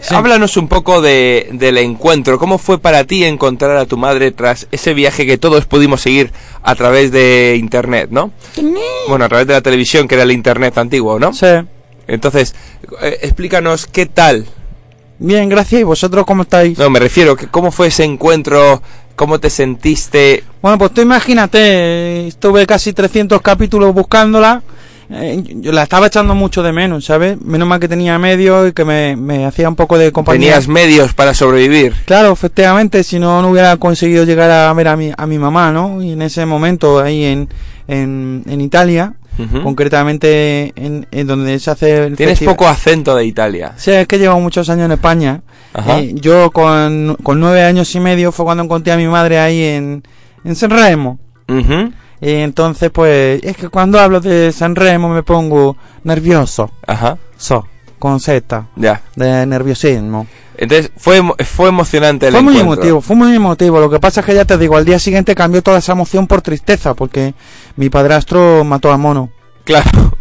Sí.
háblanos un poco de, del encuentro. ¿Cómo fue para ti encontrar a tu madre tras ese viaje que todos pudimos seguir a través de Internet, ¿no? Bueno, a través de la televisión, que era el Internet antiguo, ¿no?
Sí.
Entonces, eh, explícanos qué tal.
Bien, gracias. ¿Y vosotros cómo estáis?
No, me refiero, que ¿cómo fue ese encuentro? ¿Cómo te sentiste?
Bueno, pues tú imagínate, eh, estuve casi 300 capítulos buscándola. eh, yo la estaba echando mucho de menos, ¿sabes? Menos mal que tenía medio y que me, me hacía un poco de compañía.
¿Tenías medios para sobrevivir?
Claro, efectivamente, si no, no hubiera conseguido llegar a ver a mi, a mi mamá, ¿no? Y en ese momento, ahí en, en, en Italia,
Ujú.
concretamente en, en donde se hace el
¿Mm? Tienes
festival-
poco acento de Italia.
Sí, es que llevo muchos años en España.
Ajá.
Eh, yo con, con nueve años y medio fue cuando encontré a mi madre ahí en, en San Remo.
Ujú.
Y entonces, pues, es que cuando hablo de San Remo me pongo nervioso.
Ajá,
So, con Z,
ya.
de nerviosismo.
Entonces, fue, emo- fue emocionante el
fue muy
encuentro.
emotivo, fue muy emotivo. Lo que pasa es que ya te digo, al día siguiente cambió toda esa emoción por tristeza, porque mi padrastro mató a mono.
Claro.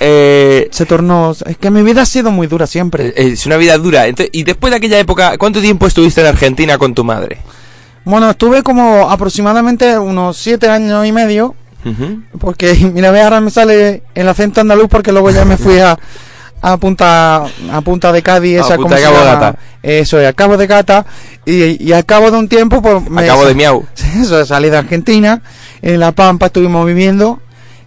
Eh,
Se tornó. Es que mi vida ha sido muy dura siempre.
es una vida dura. Ente- y después de aquella época, ¿cuánto tiempo estuviste en Argentina con tu madre?
Bueno, estuve como aproximadamente unos siete años y medio. Porque, mira, ve, ahora me sale el acento andaluz porque luego ya me fui a, a punta a punta de Cádiz,
A
esa
Ah, Punta
como
de
se
Cabo
llama.
Gata.
Eso, es, a Cabo de Gata. Y, y al cabo de un tiempo, pues me.
Acabo de miau.
Eso, salí de Argentina. En La Pampa estuvimos viviendo.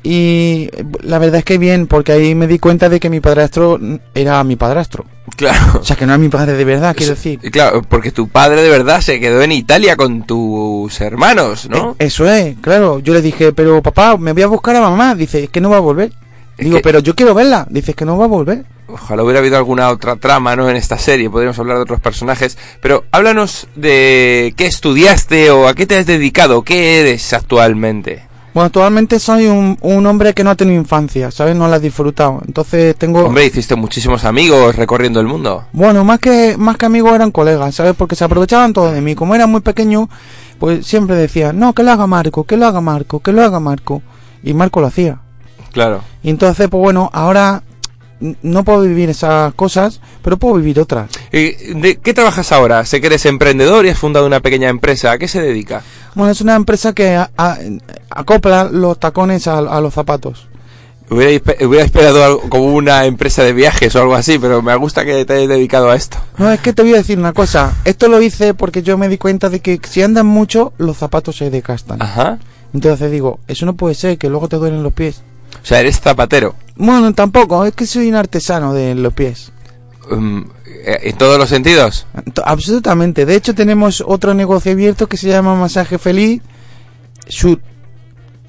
Y la verdad es que bien, porque ahí me di cuenta de que mi padrastro era mi padrastro.
Claro.
O sea, que no era mi padre de verdad, quiero decir.
Claro, porque tu padre de verdad se quedó en Italia con tus hermanos, ¿no?
Eso es, claro. Yo le dije, pero papá, me voy a buscar a mamá. Dice, es que no va a volver.
Es
Digo,
que-
pero yo quiero verla. Dice, es que no va a volver.
Ojalá hubiera habido alguna otra trama, ¿no? En esta serie, podríamos hablar de otros personajes. Pero háblanos de qué estudiaste o a qué te has dedicado, qué eres actualmente.
Bueno, actualmente soy un, un hombre que no ha tenido infancia, ¿sabes? No la ha disfrutado. Entonces tengo...
Hombre, hiciste muchísimos amigos recorriendo el mundo.
Bueno, más que, más que amigos eran colegas, ¿sabes? Porque se aprovechaban todos de mí. Como era muy pequeño, pues siempre decían, no, que lo haga Marco, que lo haga Marco, que lo haga Marco. Y Marco lo hacía.
Claro.
Y entonces, pues bueno, ahora n- no puedo vivir esas cosas, pero puedo vivir otras.
Eh, ¿De qué trabajas ahora? Sé que eres emprendedor y has fundado una pequeña empresa. ¿A qué se dedica?
Bueno, es una empresa que a- a- acopla los tacones a, a los zapatos.
Hubiera, espe- hubiera esperado algo como una empresa de viajes o algo así, pero me gusta que te hayas dedicado a esto.
No, es que te voy a decir una cosa. Esto lo hice porque yo me di cuenta de que si andan mucho, los zapatos se desgastan.
Ajá.
Entonces digo, eso no puede ser, que luego te duelen los pies.
O sea, eres zapatero.
Bueno, tampoco, es que soy un artesano de los pies.
Mm, eh, en todos los sentidos.
Ent- Absolutamente. De hecho, tenemos otro negocio abierto que se llama Masaje Feliz. Shoot.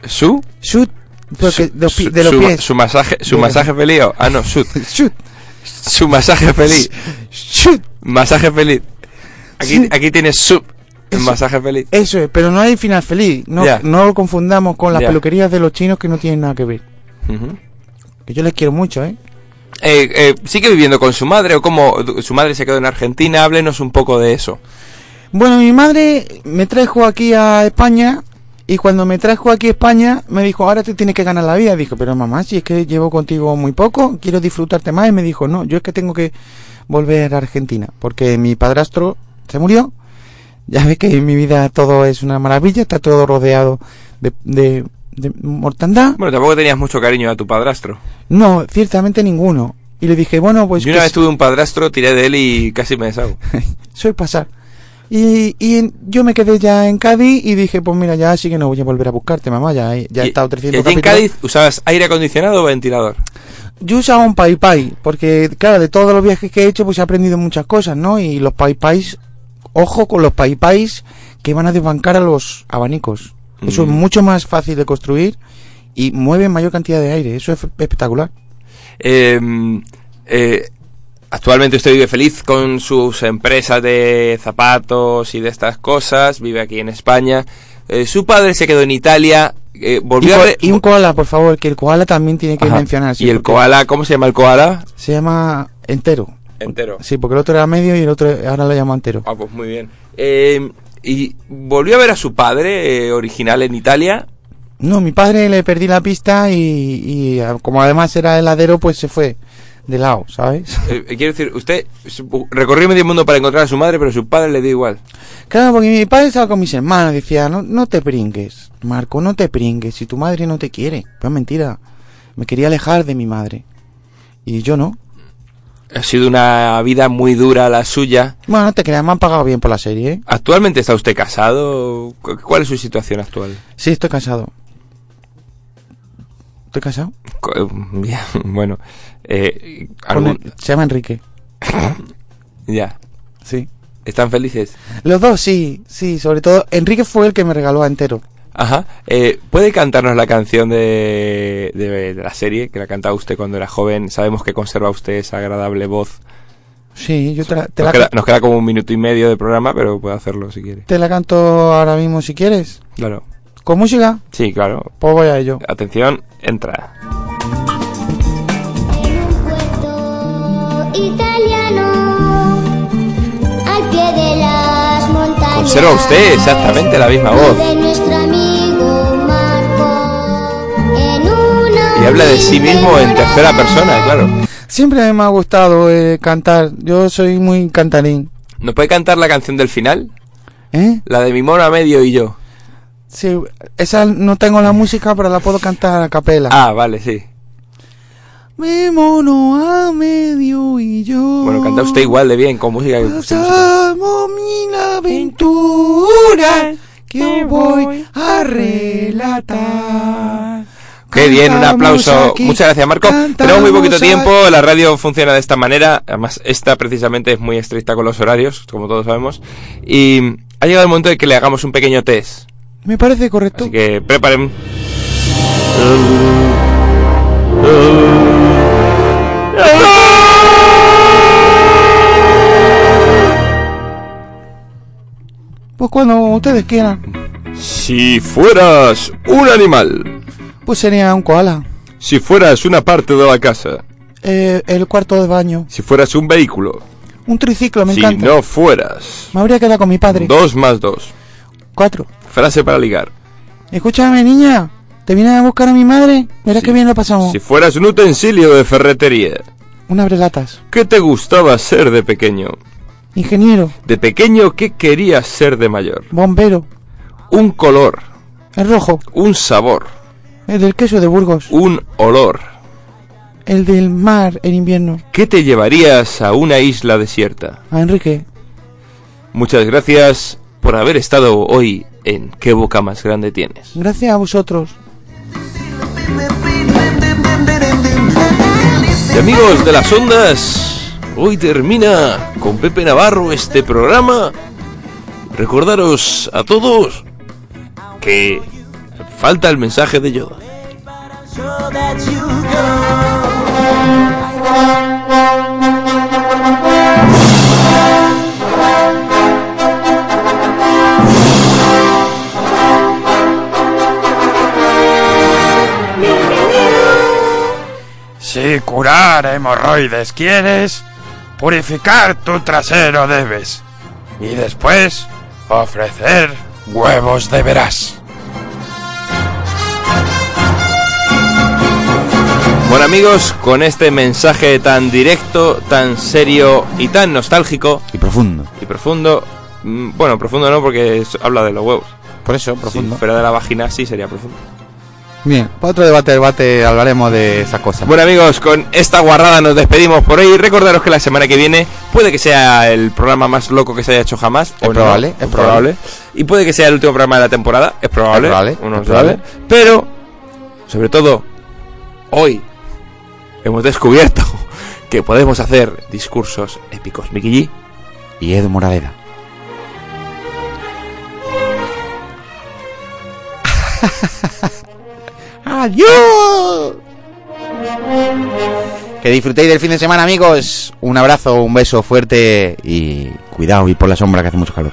Su.
Shoot. Porque
su-
Pues de los, pi-
su-
de los
su-
pies.
Su masaje, su
De-
masaje feliz. o- Ah, no, su,
Shoot.
su masaje feliz.
Shoot.
Masaje feliz. Aquí,
Sí.
aquí tienes su. El
Eso.
masaje feliz.
Eso es, pero no hay final feliz. No,
Ya.
no lo confundamos con las
Ya.
peluquerías de los chinos que no tienen nada que ver.
Ujú.
Que yo les quiero mucho, ¿eh?
Eh, eh, ¿Sigue viviendo con su madre o cómo su madre se quedó en Argentina? Háblenos un poco de eso.
Bueno, mi madre me trajo aquí a España y cuando me trajo aquí a España me dijo, ahora te tienes que ganar la vida. Dijo, pero mamá, si es que llevo contigo muy poco, quiero disfrutarte más. Y me dijo, no, yo es que tengo que volver a Argentina porque mi padrastro se murió. Ya ves que en mi vida todo es una maravilla, está todo rodeado de, de- de mortandad.
Bueno, tampoco tenías mucho cariño a tu padrastro.
No, ciertamente ninguno. Y le dije, bueno, pues...
Yo
que
una vez
si-
tuve un padrastro, tiré de él y casi me deshago.
soy pasar. Y, y en- yo me quedé ya en Cádiz y dije, pues mira, ya sí que no voy a volver a buscarte, mamá, ya, he- ya he
Y-
estado
¿Y
300
allí en
capítulos.
Cádiz usabas aire acondicionado o ventilador?
Yo usaba un pai pai, porque claro, de todos los viajes que he hecho, pues he aprendido muchas cosas, ¿no? Y los pai pais, ojo con los pai pais que van a desbancar a los abanicos. Eso es
Mm.
mucho más fácil de construir y mueve mayor cantidad de aire, eso es espectacular.
Eh,
Em,
eh, actualmente usted vive feliz con sus empresas de zapatos y de estas cosas, vive aquí en España. Eh, su padre se quedó en Italia, eh,
Y,
volvió a...
co-
re-
y un koala, por favor, que el koala también tiene que
Ajá.
mencionarse.
¿Y el
porque
koala? ¿Cómo se llama el koala?
Se llama entero.
Entero.
Sí, porque el otro era medio y el otro ahora lo llama entero.
Ah, pues muy bien. Eh, y volvió a ver a su padre eh, original en Italia.
No, mi padre le perdí la pista y, y, ah, como además era heladero, pues se fue de lado, ¿sabes?
Eh, eh, quiero decir, usted su- recorrió medio mundo para encontrar a su madre, pero su padre le dio igual.
Claro, porque mi padre estaba con mis hermanos, decía, no, no te pringues, Marco, no te pringues, si tu madre no te quiere. Pues mentira, me quería alejar de mi madre. Y yo no.
Ha sido una vida muy dura la suya.
Bueno, no te creas, me han pagado bien por la serie, ¿eh?
¿Actualmente está usted casado? ¿Cu- ¿Cuál es su situación actual?
Sí, estoy casado. ¿Estoy casado?
Co- eh, ya, bueno, eh,
Con
algún-
el- se llama Enrique,
ya.
sí.
¿Están felices?
Los dos, sí, sí, sobre todo, Enrique fue el que me regaló a entero.
Ajá. Eh, ¿Puede cantarnos la canción de, de- de la serie que la cantaba usted cuando era joven? Sabemos que conserva usted esa agradable voz.
Sí, yo te la, te
Nos
la-
queda, nos queda como un minuto y medio de programa, pero puede hacerlo si quiere.
Te la canto ahora mismo si quieres.
Claro.
¿Con música?
Sí, claro.
Pues voy a ello.
Atención, entra.
En un puerto italiano, al pie de las montañas.
Conserva usted exactamente la misma voz.
De nuestro amigo Marco, en una
Y habla de sí mismo en tercera persona, claro.
Siempre me ha gustado eh, cantar. Yo soy muy cantarín.
¿Nos puede cantar la canción del final?
¿Eh?
La de mi mono a medio y yo.
Sí, esa no tengo la música, pero la puedo cantar a capela.
Ah, vale, sí.
Me mono a medio y yo.
Bueno, canta usted igual eh, de bien, con música que sin música.
Pasamos mil aventuras que voy a relatar.
Qué bien, un aplauso.
Cantamos aquí,
Muchas gracias, Marco. Tenemos muy
cantamos
poquito
aquí.
tiempo, la radio funciona de esta manera. Además, esta precisamente es muy estricta con los horarios, como todos sabemos. Y ha llegado el momento de que le hagamos un pequeño test.
Me parece correcto.
Así que preparen.
Pues cuando ustedes quieran.
Si fueras un animal,
Pues sería un koala.
si fueras una parte de la casa,
Eh, el cuarto de baño.
si fueras un vehículo,
Un triciclo, me
si
encanta.
no fueras
Me habría quedado con mi padre.
dos más dos.
Cuatro.
Frase para ligar.
Escúchame, niña. ¿Te vienes a buscar a mi madre? Verás
Sí.
que bien lo pasamos.
Si fueras un utensilio de ferretería,
Un abrelatas.
¿qué te gustaba ser de pequeño?
Ingeniero.
De pequeño, ¿qué querías ser de mayor?
Bombero.
un color,
El rojo,
un sabor,
el del queso de Burgos,
un olor.
el del mar en invierno.
¿Qué te llevarías a una isla desierta?
A Enrique,
Muchas gracias por haber estado hoy en ¿Qué boca más grande tienes?
gracias a vosotros.
Y amigos de las ondas, hoy termina con Pepe Navarro este programa. Recordaros a todos que falta el mensaje de Yoda.
Sure that you go.
Si curar hemorroides quieres, purificar tu trasero debes. Y después, ofrecer huevos deberás.
Bueno amigos, con este mensaje tan directo, tan serio y tan nostálgico
Y profundo.
y profundo, mm, bueno, profundo no porque es- habla de los huevos.
Por eso,
Pero
profundo.
de la vagina sí sería profundo.
Bien, para otro debate, debate, hablaremos de esas cosas.
Bueno amigos, con esta guarrada nos despedimos por hoy. Recordaros que la semana que viene puede que sea el programa más loco que se haya hecho jamás.
Es probable, es probable.
Y puede que sea el último programa de la temporada. Es probable.
Es probable,
uno
es
no sabe.
probable.
Pero, sobre todo, hoy hemos descubierto que podemos hacer discursos épicos. Miki G,
y Edu Moraleda. ¡Adiós! Que disfrutéis del fin de semana, amigos. Un abrazo, un beso fuerte y cuidado y por la sombra que hace mucho calor.